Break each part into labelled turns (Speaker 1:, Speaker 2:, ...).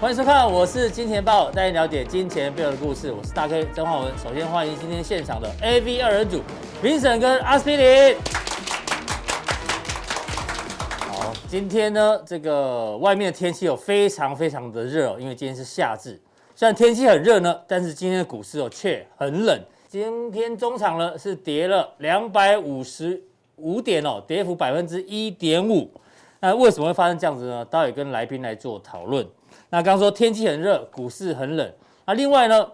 Speaker 1: 欢迎收看，我是金钱豹，带您了解金钱背后的故事。我是大 K 曾焕文。首先欢迎今天现场的 AV 二人组明审跟阿司匹林。好，今天呢，这个外面的天气有非常非常的热、哦，因为今天是夏至。虽然天气很热呢，但是今天的股市哦却很冷。今天中场呢是跌了两百五十五点哦，跌幅百分之一点五。那为什么会发生这样子呢？待会跟来宾来做讨论。那刚说天气很热，股市很冷。那另外呢，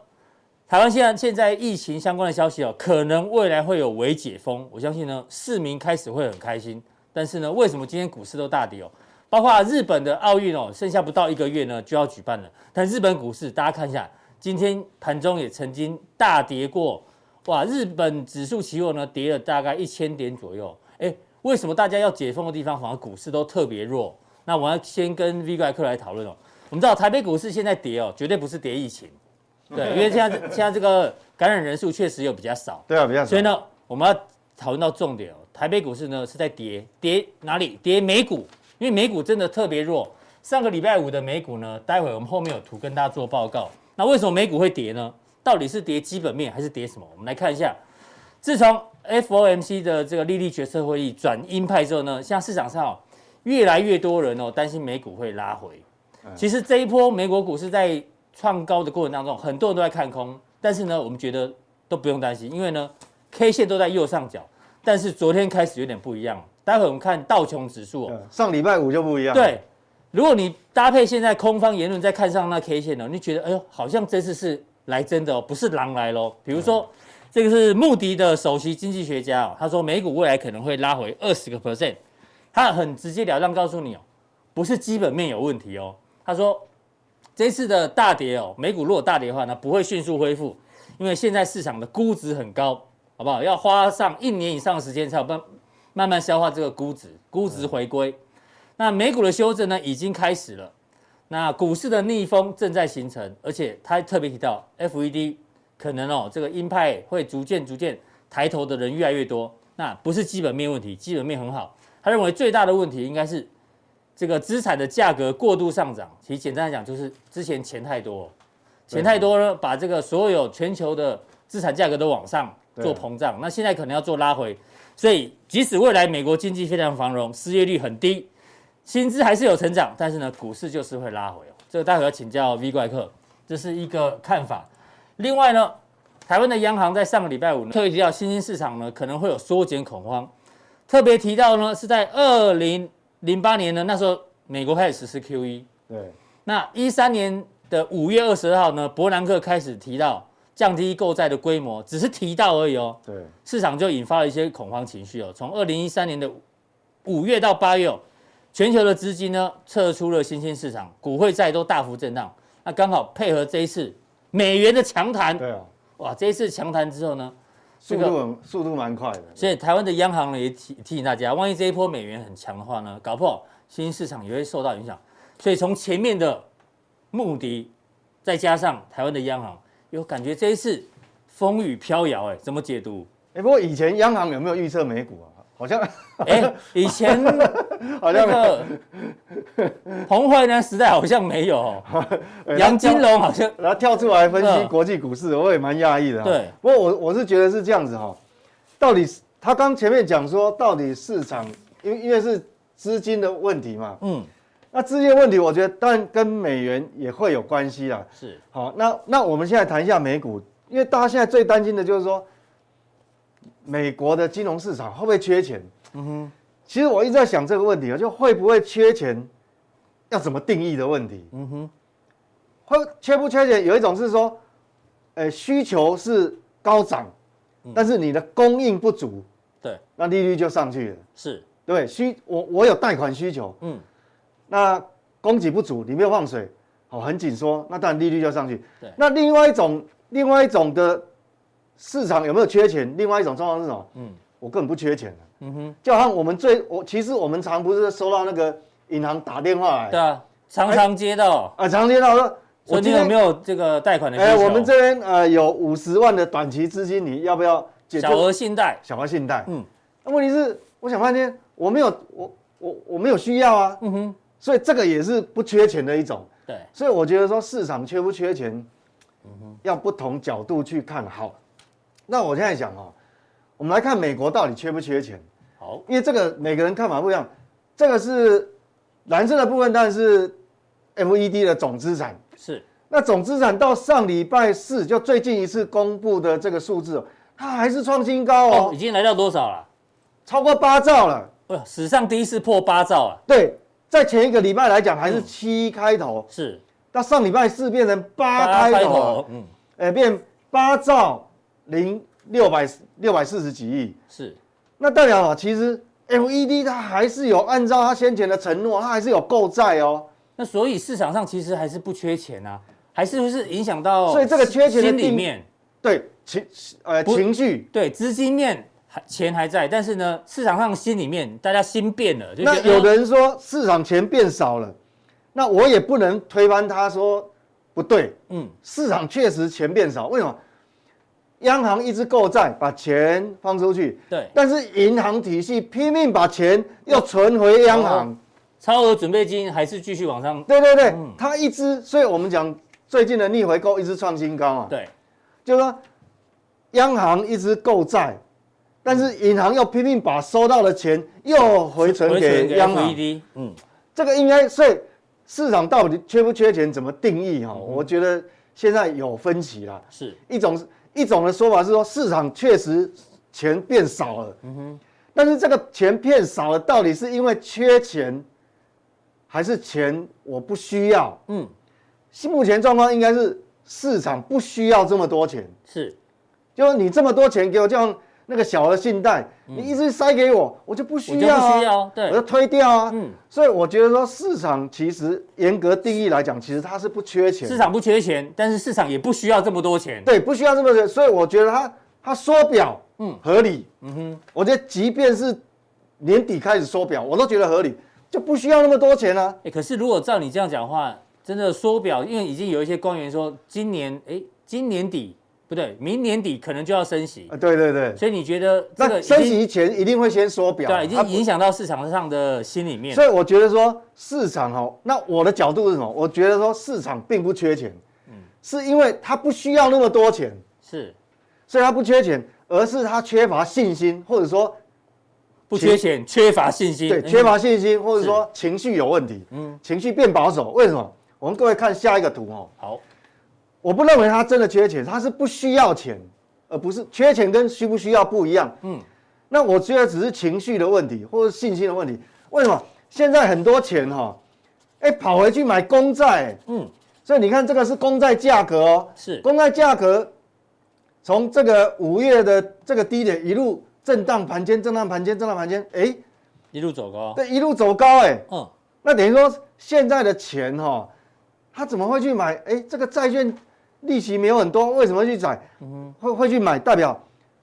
Speaker 1: 台湾现在现在疫情相关的消息哦，可能未来会有微解封。我相信呢，市民开始会很开心。但是呢，为什么今天股市都大跌哦？包括日本的奥运哦，剩下不到一个月呢就要举办了。但日本股市大家看一下，今天盘中也曾经大跌过，哇，日本指数期货呢跌了大概一千点左右。哎，为什么大家要解封的地方，反而股市都特别弱？那我要先跟 V 怪客来讨论哦。我们知道台北股市现在跌哦，绝对不是跌疫情，对，因为现在现在这个感染人数确实又比较少，
Speaker 2: 对啊，比较少。
Speaker 1: 所以呢，我们要讨论到重点哦。台北股市呢是在跌，跌哪里？跌美股，因为美股真的特别弱。上个礼拜五的美股呢，待会我们后面有图跟大家做报告。那为什么美股会跌呢？到底是跌基本面还是跌什么？我们来看一下。自从 FOMC 的这个利率决策会议转鹰派之后呢，现在市场上、哦、越来越多人哦担心美股会拉回。其实这一波美国股市在创高的过程当中，很多人都在看空，但是呢，我们觉得都不用担心，因为呢，K 线都在右上角。但是昨天开始有点不一样，待会我们看道琼指数哦。
Speaker 2: 嗯上礼拜五就不一样。，
Speaker 1: 对，如果你搭配现在空方言论再看上那 K 线呢，你觉得哎呦，好像这次是来真的哦，不是狼来喽。比如说，这个是穆迪的首席经济学家哦，他说美股未来可能会拉回二十个 percent，他很直截了当告诉你哦，不是基本面有问题哦，他说这次的大跌哦，美股如果大跌的话呢，不会迅速恢复，因为现在市场的估值很高，好不好？要花上一年以上的时间才有办慢慢消化这个估值，估值回归。那美股的修正呢，已经开始了。那股市的逆风正在形成，而且他特别提到 FED 可能哦，这个鹰派会逐渐逐渐抬头的人越来越多。那不是基本面问题，基本面很好。他认为最大的问题应该是这个资产的价格过度上涨。其实简单来讲，就是之前钱太多，钱太多呢，把这个所有全球的资产价格都往上做膨胀。那现在可能要做拉回，所以即使未来美国经济非常繁荣，失业率很低，薪资还是有成长，但是呢，股市就是会拉回哦。这个待会要请教 V 怪客，这是一个看法。另外呢，台湾的央行在上个礼拜五呢，特别提到新兴市场呢可能会有缩减恐慌，特别提到呢是在二零零八年呢，那时候美国开始实施 QE，
Speaker 2: 对，
Speaker 1: 那一三年的五月二十二号呢，伯南克开始提到降低购债的规模，只是提到而已哦，
Speaker 2: 对，
Speaker 1: 市场就引发了一些恐慌情绪哦。从二零一三年的五月到八月、哦，全球的资金呢撤出了新兴市场，股汇债都大幅震荡。那刚好配合这一次美元的强弹，
Speaker 2: 对啊，
Speaker 1: 哇，这一次强弹之后呢，
Speaker 2: 速
Speaker 1: 这
Speaker 2: 度很速度蛮快的。
Speaker 1: 所以台湾的央行呢也提提醒大家，万一这一波美元很强的话呢，搞不好新兴市场也会受到影响。所以从前面的穆迪，再加上台湾的央行，有感觉这一次风雨飘摇，哎，怎么解读？
Speaker 2: 哎，不过以前央行有没有预测美股啊？好像
Speaker 1: 哎、以前
Speaker 2: 好
Speaker 1: 那
Speaker 2: 像没有
Speaker 1: 个 彭淮南时代好像没有哦、
Speaker 2: 哎
Speaker 1: 杨金龙好像
Speaker 2: 然后跳出来分析
Speaker 1: 嗯
Speaker 2: 国际股市，我也蛮讶异的、啊。
Speaker 1: 对，
Speaker 2: 不过我我是觉得是这样子哈、到底是他刚前面讲说，到底市场因为因为是资金的问题嘛，
Speaker 1: 嗯
Speaker 2: 那资金的问题，我觉得当然跟美元也会有关系啊啦。
Speaker 1: 是
Speaker 2: 好，那那我们现在谈一下美股，因为大家现在最担心的就是说，美国的金融市场会不会缺钱？嗯哼，其实我一直在想这个问题啊，就会不会缺钱，要怎么定义的问题。嗯哼，会缺不缺钱？有一种是说，呃，需求是高涨，但是你的供应不足，
Speaker 1: 对
Speaker 2: 那利率就上去了。
Speaker 1: 是
Speaker 2: 对，需我我有贷款需求，
Speaker 1: 嗯
Speaker 2: 那供给不足，你没有放水，好、很紧缩，那当然利率就上去。
Speaker 1: 对
Speaker 2: 那另外一种另外一种的市场有没有缺钱？另外一种状况是什么？
Speaker 1: 嗯
Speaker 2: 我根本不缺钱的
Speaker 1: 嗯哼
Speaker 2: 就好像我们最我其实我们常不是收到那个银行打电话来，
Speaker 1: 对啊，常常接到，
Speaker 2: 啊，常接到说，
Speaker 1: 所以你有没有这个贷款的需
Speaker 2: 哎、
Speaker 1: 求？
Speaker 2: 我们这边呃有五十万的短期资金，你要不要解
Speaker 1: 小额信贷，
Speaker 2: 小额信贷？
Speaker 1: 嗯
Speaker 2: 那问题是，我想半天，我没有我我我没有需要啊，
Speaker 1: 嗯哼
Speaker 2: 所以这个也是不缺钱的一种。
Speaker 1: 对，
Speaker 2: 所以我觉得说市场缺不缺钱，要不同角度去看好。那我现在想哦，我们来看美国到底缺不缺钱，
Speaker 1: 好，
Speaker 2: 因为这个每个人看法不一样。这个是蓝色的部分，当然是 FED 的总资产。
Speaker 1: 是
Speaker 2: 那总资产到上礼拜四就最近一次公布的这个数字、哦，它还是创新高
Speaker 1: 哦，
Speaker 2: 哦
Speaker 1: 已，经来到多少了？
Speaker 2: 超过八兆了。
Speaker 1: 哎呦，史上第一次破八兆啊！
Speaker 2: 对，在前一个礼拜来讲还是七开头，
Speaker 1: 是
Speaker 2: 到上礼拜四变成八开头啊了，，
Speaker 1: 嗯，
Speaker 2: 哎、变八兆零六百六百四十几亿。
Speaker 1: 是
Speaker 2: 那代表啊，其实 FED 它还是有按照它先前的承诺，它还是有购债哦。
Speaker 1: 那所以市场上其实还是不缺钱啊，还是会是影响到，
Speaker 2: 所以这个缺钱的
Speaker 1: 心里
Speaker 2: 定
Speaker 1: 面
Speaker 2: 对情呃
Speaker 1: 不
Speaker 2: 情绪，
Speaker 1: 对资金面还钱还在，但是呢，市场上心里面大家心变了，就
Speaker 2: 那
Speaker 1: 觉得
Speaker 2: 有的人说市场钱变少了，那我也不能推翻他说不对，
Speaker 1: 嗯
Speaker 2: 市场确实钱变少，为什么？央行一直购债，把钱放出去，
Speaker 1: 对
Speaker 2: 但是银行体系拼命把钱又存回央行，
Speaker 1: 哦超额准备金还是继续往上，
Speaker 2: 对对对，它一直，所以我们讲最近的逆回购一直创新高啊，
Speaker 1: 对
Speaker 2: 就是说央行一直购债，但是银行又拼命把收到的钱又回存给 E 央行，
Speaker 1: FED，嗯
Speaker 2: 这个应该所以市场到底缺不缺钱，怎么定义哈、我觉得现在有分歧啦。
Speaker 1: 是
Speaker 2: 一种一种的说法是说市场确实钱变少了，
Speaker 1: 嗯
Speaker 2: 但是这个钱变少了，到底是因为缺钱，还是钱我不需要？
Speaker 1: 嗯
Speaker 2: 目前状况应该是市场不需要这么多钱，
Speaker 1: 是
Speaker 2: 就是你这么多钱给我，就像那个小额信贷，你一直塞给我，我就不需要、
Speaker 1: 嗯我就
Speaker 2: 啊，
Speaker 1: 不需要对
Speaker 2: 我就推掉啊。
Speaker 1: 嗯
Speaker 2: 所以我觉得说市场其实严格定义来讲，其实它是不缺钱的，
Speaker 1: 市场不缺钱，但是市场也不需要这么多钱，
Speaker 2: 对不需要这么多钱，所以我觉得它它缩表，嗯，合理，嗯哼，我觉得即便是年底开始缩表，我都觉得合理，就不需要那么多钱啊。
Speaker 1: 哎，可是如果照你这样讲的话，真的缩表，因为已经有一些官员说，今年哎，今年底不对，明年底可能就要升息，
Speaker 2: 啊，对对对，
Speaker 1: 所以你觉得嗯这个
Speaker 2: 那
Speaker 1: 已经
Speaker 2: 升息前一定会先缩表，
Speaker 1: 对啊，已经
Speaker 2: 它不
Speaker 1: 影响到市场上的心里面
Speaker 2: 所，以我觉得说市场哦，那我的角度是什么？我觉得说市场并不缺钱，
Speaker 1: 嗯
Speaker 2: 是因为它不需要那么多钱，
Speaker 1: 是
Speaker 2: 所以它不缺钱，而是它缺乏信心，或者说
Speaker 1: 不缺钱，缺乏信心，
Speaker 2: 对
Speaker 1: 嗯
Speaker 2: 缺乏信心，或者说情绪有问题，情绪变保守。为什么？我们各位看下一个图哦，
Speaker 1: 好，
Speaker 2: 我不认为它真的缺钱，它是不需要钱，而不是缺钱跟需不需要不一样。
Speaker 1: 嗯，
Speaker 2: 那我觉得只是情绪的问题，或者信心的问题。为什么现在很多钱哈、哎、跑回去买公债、
Speaker 1: 嗯，
Speaker 2: 所以你看这个是公债价格哦，
Speaker 1: 是
Speaker 2: 公债价格从这个五月的这个低点一路震荡盘间，震荡盘间，震荡盘间，哎、
Speaker 1: 一路走高，
Speaker 2: 这一路走高、哎，
Speaker 1: 嗯，
Speaker 2: 那等于说现在的钱哈、哦，他怎么会去买？哎，这个债券利息没有很多，为什么去买？
Speaker 1: 嗯
Speaker 2: 会会去买，代表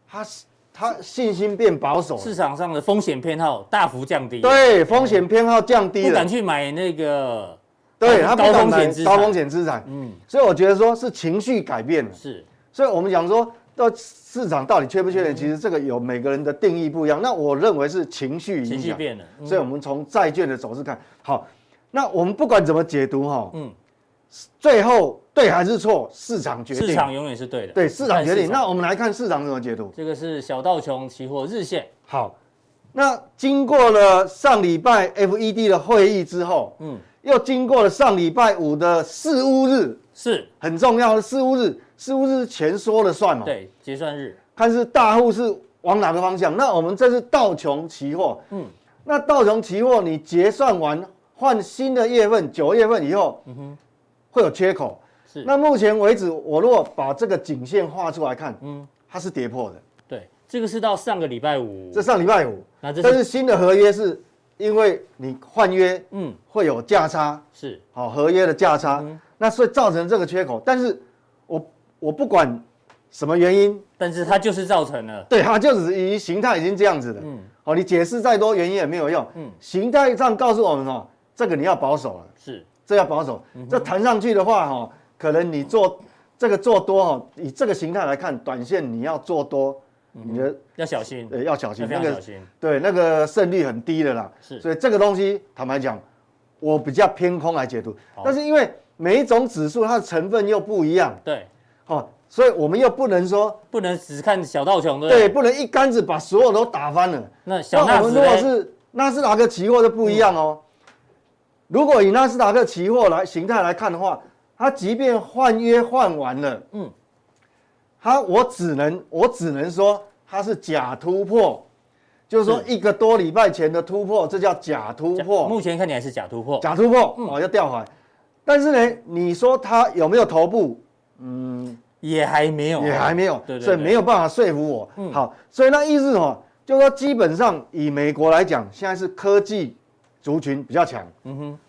Speaker 2: 他他信心变保守了，
Speaker 1: 市场上的风险偏好大幅降低，，
Speaker 2: 对风险偏好降低
Speaker 1: 不
Speaker 2: 了
Speaker 1: 敢，去买那个，
Speaker 2: 对他不
Speaker 1: 高
Speaker 2: 敢
Speaker 1: 风
Speaker 2: 买
Speaker 1: 险资产
Speaker 2: 高风险资产，
Speaker 1: 嗯，
Speaker 2: 所以我觉得说是情绪改变了，
Speaker 1: 是
Speaker 2: 所以我们讲说到市场到底缺不缺
Speaker 1: 嗯
Speaker 2: 钱，其实这个有每个人的定义不一样。那我认为是情绪影响，
Speaker 1: 情绪变了，嗯
Speaker 2: 所以我们从债券的走势看好。那我们不管怎么解读哈、
Speaker 1: 嗯
Speaker 2: 最后对还是错，市场决定。
Speaker 1: 市场永远是对的，
Speaker 2: 对市场决定。
Speaker 1: 看
Speaker 2: 那我们来看市场怎么解读。
Speaker 1: 这个是小道琼期货日线，
Speaker 2: 好，那经过了上礼拜 FED 的会议之后，
Speaker 1: 嗯，
Speaker 2: 又经过了上礼拜五的四乌日，
Speaker 1: 是
Speaker 2: 很重要的四乌日，四乌日是钱说了算哦嘛？，
Speaker 1: 对结算日，
Speaker 2: 看是大户是往哪个方向。那我们这是道琼期货，
Speaker 1: 嗯，
Speaker 2: 那道琼期货你结算完换新的月份，九月份以后，嗯哼，会有缺口。
Speaker 1: 是
Speaker 2: 那目前为止，我如果把这个颈线画出来看，嗯，它是跌破的。
Speaker 1: 对，这个是到上个礼拜五，
Speaker 2: 这上礼拜五，
Speaker 1: 那啊这是
Speaker 2: 但是新的合约是因为你换约
Speaker 1: 嗯
Speaker 2: 会有价差，
Speaker 1: 是
Speaker 2: 好、合约的价
Speaker 1: 嗯
Speaker 2: 差，那所以造成这个缺口。但是我我不管什么原因，
Speaker 1: 但是它就是造成了，
Speaker 2: 对它就只是以形态已经这样子了。
Speaker 1: 嗯
Speaker 2: 好、你解释再多原因也没有用。
Speaker 1: 嗯
Speaker 2: 形态上告诉我们哦，这个你要保守了，
Speaker 1: 是
Speaker 2: 这要保守。
Speaker 1: 嗯
Speaker 2: 这弹上去的话哈、哦，可能你做这个做多哈、哦，以这个形态来看，短线你要做多，你的
Speaker 1: 要小心，
Speaker 2: 呃要
Speaker 1: 嗯
Speaker 2: 小
Speaker 1: 要
Speaker 2: 心
Speaker 1: 非
Speaker 2: 那
Speaker 1: 常
Speaker 2: 个
Speaker 1: 小心，
Speaker 2: 对，那个胜率很低的啦。
Speaker 1: 是
Speaker 2: 所以这个东西，坦白讲，我比较偏空来解读。但是因为每一种指数它的成分又不一样，
Speaker 1: 对，
Speaker 2: 哦，所以我们又不能说
Speaker 1: 不能只看小道琼，对不
Speaker 2: 对，
Speaker 1: 对？
Speaker 2: 不能一竿子把所有都打翻了。
Speaker 1: 那小
Speaker 2: 那
Speaker 1: 纳
Speaker 2: 我们
Speaker 1: 指
Speaker 2: 如果
Speaker 1: 嘞
Speaker 2: 是纳斯达克期货就不一样哦。如果以纳斯达克期货来形态来看的话，它即便换约换完了，
Speaker 1: 嗯
Speaker 2: 嗯，它我只能我只能说它是假突破，就是说一个多礼拜前的突破，这叫假突
Speaker 1: 嗯假
Speaker 2: 破，
Speaker 1: 目前嗯看起来是假突破，
Speaker 2: 假突破哦要掉回来。但是呢，你说它有没有头部？
Speaker 1: 也还没有，啊
Speaker 2: 也还没有，
Speaker 1: 哦对对嗯对
Speaker 2: 所以没有办法说服我。好，所以那意思是什么？就说基本上以美国来讲，现在是科技族群比较强。嗯哼，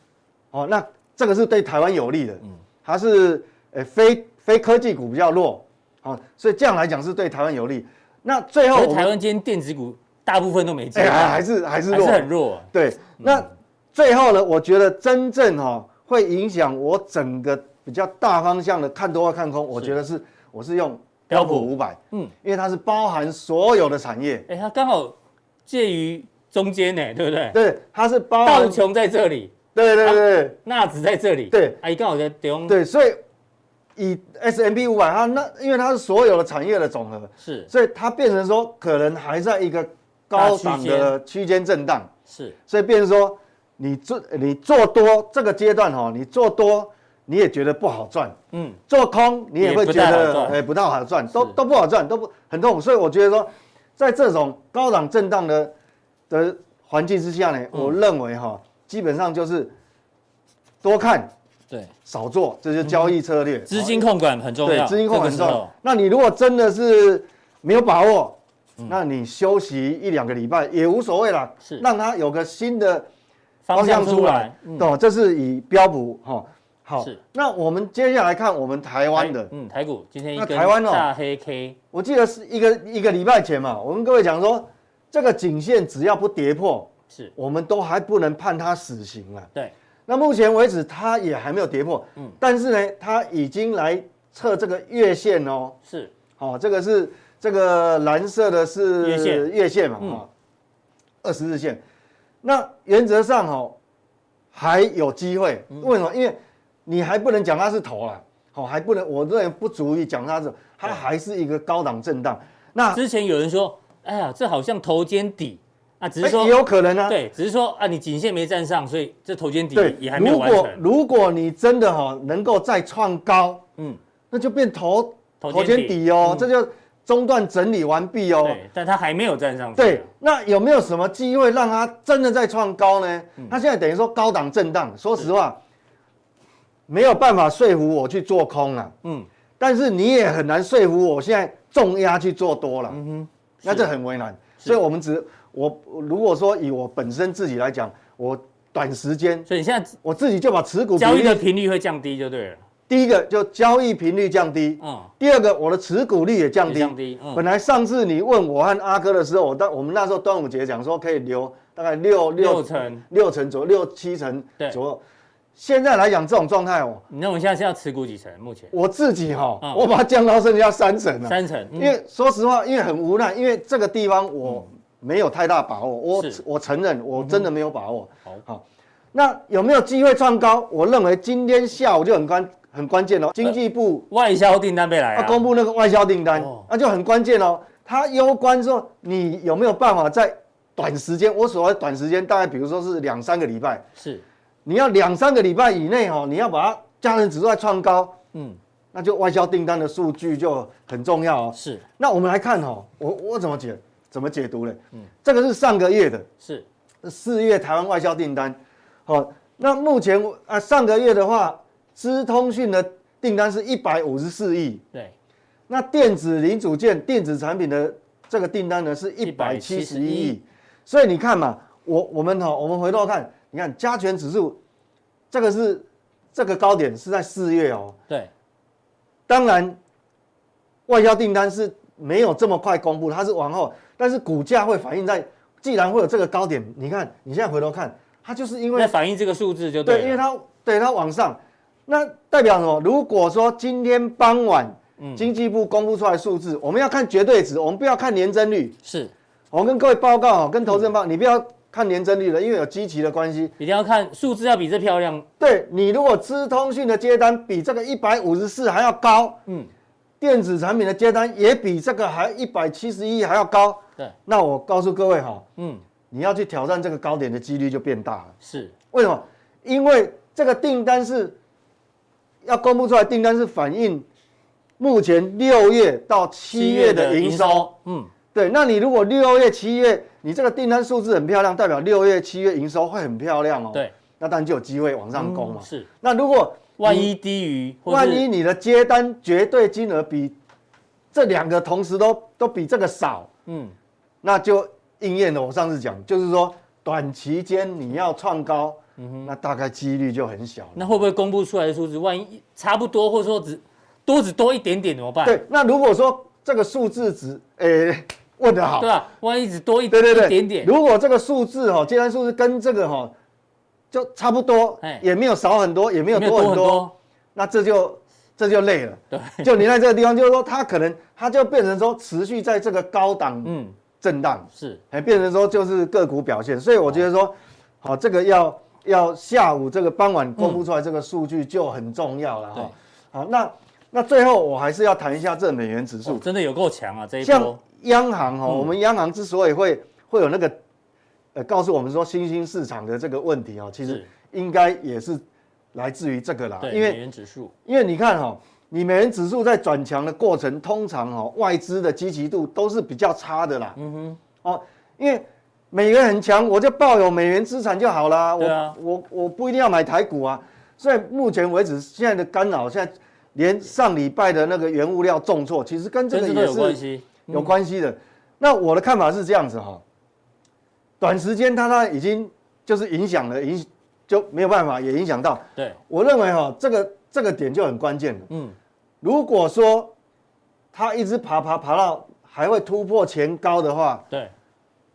Speaker 2: 哦，那这个是对台湾有利的。嗯，它是呃非非科技股比较弱。好、所以这样来讲是对台湾有利。那最后
Speaker 1: 可
Speaker 2: 我
Speaker 1: 是
Speaker 2: 们
Speaker 1: 台湾今天电子股大部分都没进
Speaker 2: 哎、还
Speaker 1: 啊，
Speaker 2: 还是还是
Speaker 1: 还
Speaker 2: 弱，
Speaker 1: 是很弱啊。
Speaker 2: 对，那最后呢，我觉得真正哈、哦、会影响我整个比较大方向的看多或看空，我觉得是我是用标普五百，
Speaker 1: 嗯
Speaker 2: 嗯，因为它是包含所有的产业，
Speaker 1: 哎，它刚好介于中间呢，对不对？
Speaker 2: 对，它是包
Speaker 1: 道
Speaker 2: 含，
Speaker 1: 琼在这里，
Speaker 2: 对对对对
Speaker 1: 纳指在这里，
Speaker 2: 对
Speaker 1: 哎，刚好在中，
Speaker 2: 对，所以以 S M B 五百，它那因为它是所有的产业的总和，
Speaker 1: 是
Speaker 2: 所以它变成说可能还在一个高档的区间震荡。
Speaker 1: 是，
Speaker 2: 所以变成说，你做你做多这个阶段哈、哦，你做多你也觉得不好赚，
Speaker 1: 嗯，
Speaker 2: 做空你也会觉
Speaker 1: 也不太好
Speaker 2: 得
Speaker 1: 赚
Speaker 2: 哎不大好赚，都
Speaker 1: 是
Speaker 2: 都不好赚，都不很痛苦。所以我觉得说，在这种高档震荡的的环境之下呢，
Speaker 1: 嗯
Speaker 2: 我认为哈、基本上就是多看
Speaker 1: 对，
Speaker 2: 少做，这就是交易策略。
Speaker 1: 资金控管很重
Speaker 2: 对
Speaker 1: 要，
Speaker 2: 资金控很重
Speaker 1: 这个时
Speaker 2: 要
Speaker 1: 候。。
Speaker 2: 那你如果真的是没有把握，那你休息一两个礼拜也无所谓啦，
Speaker 1: 嗯是
Speaker 2: 让它有个新的。
Speaker 1: 方向出来，嗯
Speaker 2: 懂、哦这是以标普哈、哦、好
Speaker 1: 是。
Speaker 2: 那我们接下来看我们台湾的
Speaker 1: 台，嗯，台股今天一
Speaker 2: 那
Speaker 1: 根
Speaker 2: 台湾哦
Speaker 1: 大黑 K，
Speaker 2: 我记得是一个一个礼拜前嘛，我跟各位讲说，这个颈线只要不跌破，
Speaker 1: 是
Speaker 2: 我们都还不能判它死刑啊。
Speaker 1: 对，
Speaker 2: 那目前为止，它也还没有跌破，嗯，但是呢，它已经来测这个月线哦，
Speaker 1: 是
Speaker 2: 好、这个是这个蓝色的是
Speaker 1: 月线嗯
Speaker 2: 月线嘛，哈、二十日线。那原则上哈、哦、还有机会，
Speaker 1: 嗯
Speaker 2: 为什么？因为你还不能讲它是头啦，好、还不能，我认为不足以讲它是，它还是一个高档震荡。那
Speaker 1: 之前有人说，哎呀，这好像头肩底啊，只
Speaker 2: 哎
Speaker 1: 是说
Speaker 2: 也有可能啊，
Speaker 1: 对，只是说啊，你颈线没站上，所以这头肩底
Speaker 2: 对
Speaker 1: 也还，没有
Speaker 2: 如
Speaker 1: 完
Speaker 2: 果
Speaker 1: 成。
Speaker 2: 如果你真的哈、哦能够再创高，
Speaker 1: 嗯，
Speaker 2: 那就变头
Speaker 1: 头
Speaker 2: 头
Speaker 1: 肩
Speaker 2: 肩
Speaker 1: 底嗯
Speaker 2: 底哦，这就中段整理完毕哦。
Speaker 1: 对，但它还没有站上去。
Speaker 2: 对，那有没有什么机会让它真的再创高呢？
Speaker 1: 嗯
Speaker 2: 它现在等于说高档震荡，说实话，没有办法说服我去做空啊。
Speaker 1: 嗯，
Speaker 2: 但是你也很难说服我现在重压去做多了。嗯哼，那这很为难。所以我们只我如果说以我本身自己来讲，我短时间
Speaker 1: 所以你现在
Speaker 2: 我自己就把持股比
Speaker 1: 交易的
Speaker 2: 率，
Speaker 1: 频率会降低就对了。
Speaker 2: 第一个就交易频率降低。
Speaker 1: 嗯，
Speaker 2: 第二个，我的持股率也降低。
Speaker 1: 降低嗯
Speaker 2: 本来上次你问我和阿哥的时候，我当我们那时候端午节讲说可以留大概六
Speaker 1: 六成、
Speaker 2: 六成左右、六七成
Speaker 1: 对
Speaker 2: 左右。现在来讲这种状态哦，
Speaker 1: 你认为现在是要持股几成？目前
Speaker 2: 我自己哈、
Speaker 1: 嗯
Speaker 2: 我把它降到剩下三成了、
Speaker 1: 三成。
Speaker 2: 因
Speaker 1: 嗯，
Speaker 2: 为说实话，因为很无奈，因为这个地方我没有太大把握，我
Speaker 1: 是嗯
Speaker 2: 我承认我真的没有把握。
Speaker 1: 好
Speaker 2: 好，那有没有机会创高？我认为今天下午就很关很关键了。哦经济部
Speaker 1: 外销订单被来啊
Speaker 2: 他
Speaker 1: 了。
Speaker 2: 啊公布那个外销订单
Speaker 1: 哦，
Speaker 2: 那就很关键哦。它攸关说你有没有办法在短时间，我所谓短时间，大概比如说是两三个礼拜，
Speaker 1: 是，
Speaker 2: 你要两三个礼拜以内哦，你要把它家人指数再创高，
Speaker 1: 嗯，
Speaker 2: 那就外销订单的数据就很重要哦。
Speaker 1: 是
Speaker 2: 那我们来看哦，我我怎么解怎么解读嘞？这个是上个月的，
Speaker 1: 是，
Speaker 2: 四月台湾外销订单，好、那目前啊上个月的话，资通讯的订单是一百五十四亿，
Speaker 1: 对，
Speaker 2: 那电子零组件、电子产品的这个订单呢是一百七
Speaker 1: 171
Speaker 2: 十一亿，所以你看嘛，我我们哈、我们回头看，你看加权指数，这个是这个高点是在四月哦，
Speaker 1: 对，
Speaker 2: 当然外销订单是没有这么快公布，它是往后，但是股价会反映在，既然会有这个高点，你看你现在回头看，它就是因
Speaker 1: 那
Speaker 2: 为
Speaker 1: 反映这个数字就对
Speaker 2: 对，
Speaker 1: 了。
Speaker 2: 因为它对它往上，那代表什么？如果说今天傍晚，经济部公布出来的数字，我们要看绝对值，我们不要看年增率。
Speaker 1: 是
Speaker 2: 我跟各位报告哦，跟投资人报，你不要看年增率了，因为有积极的关系。
Speaker 1: 一定要看数字要比这漂亮，
Speaker 2: 对你如果资通讯的接单比这个一百五十四还要高，
Speaker 1: 嗯，
Speaker 2: 电子产品的接单也比这个还一百七十一还要高，
Speaker 1: 对，
Speaker 2: 那我告诉各位哈、
Speaker 1: 嗯，
Speaker 2: 你要去挑战这个高点的几率就变大了。
Speaker 1: 是
Speaker 2: 为什么？因为这个订单是要公布出来，订单是反映目前六月到七月的营收。，
Speaker 1: 嗯，
Speaker 2: 对，那你如果六月、七月，你这个订单数字很漂亮，代表六月、七月营收会很漂亮哦。，
Speaker 1: 对，
Speaker 2: 那当然就有机会往上攻嘛。
Speaker 1: 嗯是，
Speaker 2: 那如果
Speaker 1: 万一低于，或
Speaker 2: 万
Speaker 1: 是
Speaker 2: 一你的接单绝对金额比这两个同时都都比这个少，
Speaker 1: 嗯，
Speaker 2: 那就应验了我上次讲，就是说短期间你要创高，那大概几率就很小了。
Speaker 1: 嗯那会不会公布出来的数字，万一差不多，或者说只多只多一点点怎么办？
Speaker 2: 对，那如果说这个数字值，诶、 问得好，
Speaker 1: 对吧？万一只多一
Speaker 2: 对对对
Speaker 1: 一点点，
Speaker 2: 如果这个数字哈、哦，接单数字跟这个哈、哦、就差不多
Speaker 1: 哎，
Speaker 2: 也没有少很多，也没有多很多，，那这就这就累 了。
Speaker 1: 对，
Speaker 2: 就你在这个地方，就是说它可能它就变成说持续在这个高档
Speaker 1: 嗯，
Speaker 2: 震荡，
Speaker 1: 是
Speaker 2: 哎、变成说就是个股表现。所以我觉得
Speaker 1: 哦
Speaker 2: 说，好、这个要要下午这个傍晚公布出来这个数据就很重要了哈、
Speaker 1: 嗯对
Speaker 2: 好，那那最后我还是要谈一下这美元指数
Speaker 1: 哦。真的有够强啊这一
Speaker 2: 像
Speaker 1: 波，
Speaker 2: 央行哦，
Speaker 1: 嗯
Speaker 2: 我们央行之所以会会有那个呃告诉我们说新兴市场的这个问题哦，其实
Speaker 1: 是
Speaker 2: 应该也是来自于这个啦，
Speaker 1: 对
Speaker 2: 啊因
Speaker 1: 美
Speaker 2: 为
Speaker 1: 元指数，
Speaker 2: 因为你看哈、哦，你美元指数在转强的过程，通常哦外资的积极度都是比较差的啦，
Speaker 1: 嗯哼，
Speaker 2: 哦，因为美元很强，我就抱有美元资产就好啦。我、
Speaker 1: 对啊
Speaker 2: 我我不一定要买台股啊。所以目前为止，现在的干扰，现在连上礼拜的那个原物料重挫，其实跟这
Speaker 1: 跟这
Speaker 2: 个
Speaker 1: 个
Speaker 2: 也
Speaker 1: 有关
Speaker 2: 是
Speaker 1: 系，
Speaker 2: 有关系的。那我的看法是这样子哈、短时间它它已经就是影响了，影就没有办法，也影响到。
Speaker 1: 对，
Speaker 2: 我认为哈、这个这个点就很关键了。
Speaker 1: 嗯，
Speaker 2: 如果说它一直爬爬爬到还会突破前高的话，
Speaker 1: 对，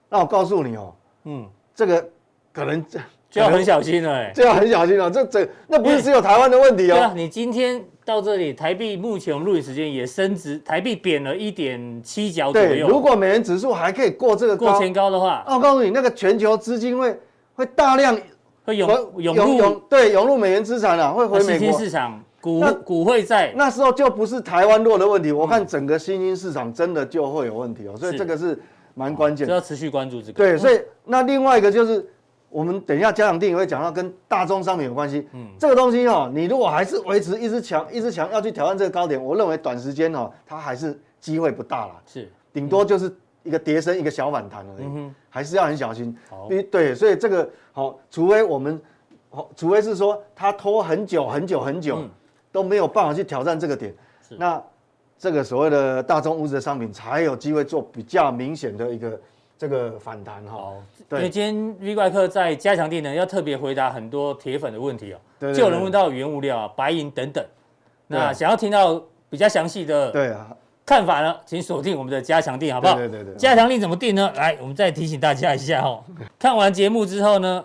Speaker 2: 那我告诉你哦，
Speaker 1: 嗯，
Speaker 2: 这个可能这
Speaker 1: 就 要很小心了，哎。
Speaker 2: 这要很小心哦，这这那不是只有台湾的问题
Speaker 1: 对
Speaker 2: 哦
Speaker 1: 啊，，你今天到这里，台币目前我们录影时间也升值，台币贬了一点七角左
Speaker 2: 对，
Speaker 1: 右。
Speaker 2: 如果美元指数还可以过这个
Speaker 1: 过
Speaker 2: 高，哦
Speaker 1: 前高的话，
Speaker 2: 那我告诉你，那个全球资金会会大量
Speaker 1: 会
Speaker 2: 回
Speaker 1: 涌涌入啊
Speaker 2: 对涌入美元资产了、会回
Speaker 1: 新
Speaker 2: 美
Speaker 1: 兴
Speaker 2: 国。
Speaker 1: 市场，股
Speaker 2: 那
Speaker 1: 股会在
Speaker 2: 那时候就不是台湾弱的问题，我看整个新兴市场真的就会有问题哦，所以
Speaker 1: 嗯是
Speaker 2: 这个是蛮关键
Speaker 1: 就
Speaker 2: 的。
Speaker 1: 要持续关注这个。
Speaker 2: 对，所以那另外一个就是，我们等一下家长定也会讲到跟大宗商品有关系。嗯，这个东西哦，你如果还是维持一直强一直强，要去挑战这个高点，我认为短时间哦，它还是机会不大啦，
Speaker 1: 是
Speaker 2: 顶多就是一个跌升一个小反弹而已，还是要很小心。
Speaker 1: 嗯好
Speaker 2: 因为对，所以这个好、除非我们好、除非是说它拖很久很久很久、
Speaker 1: 嗯
Speaker 2: 都没有办法去挑战这个点，那这个所谓的大宗物质的商品才有机会做比较明显的一个这个反弹哈、
Speaker 1: 好，因
Speaker 2: 对
Speaker 1: 为今天 V 怪客在加强地呢，要特别回答很多铁粉的问题哦。
Speaker 2: 对对
Speaker 1: 就有人问到原物料啊、白银等等，
Speaker 2: 对
Speaker 1: 那
Speaker 2: 啊
Speaker 1: 想要听到比较详细的
Speaker 2: 对啊，
Speaker 1: 看法呢，请锁定我们的加强定，好不好？
Speaker 2: 对对对对
Speaker 1: 加强定怎么定呢？来，我们再提醒大家一下 哦。看完节目之后呢，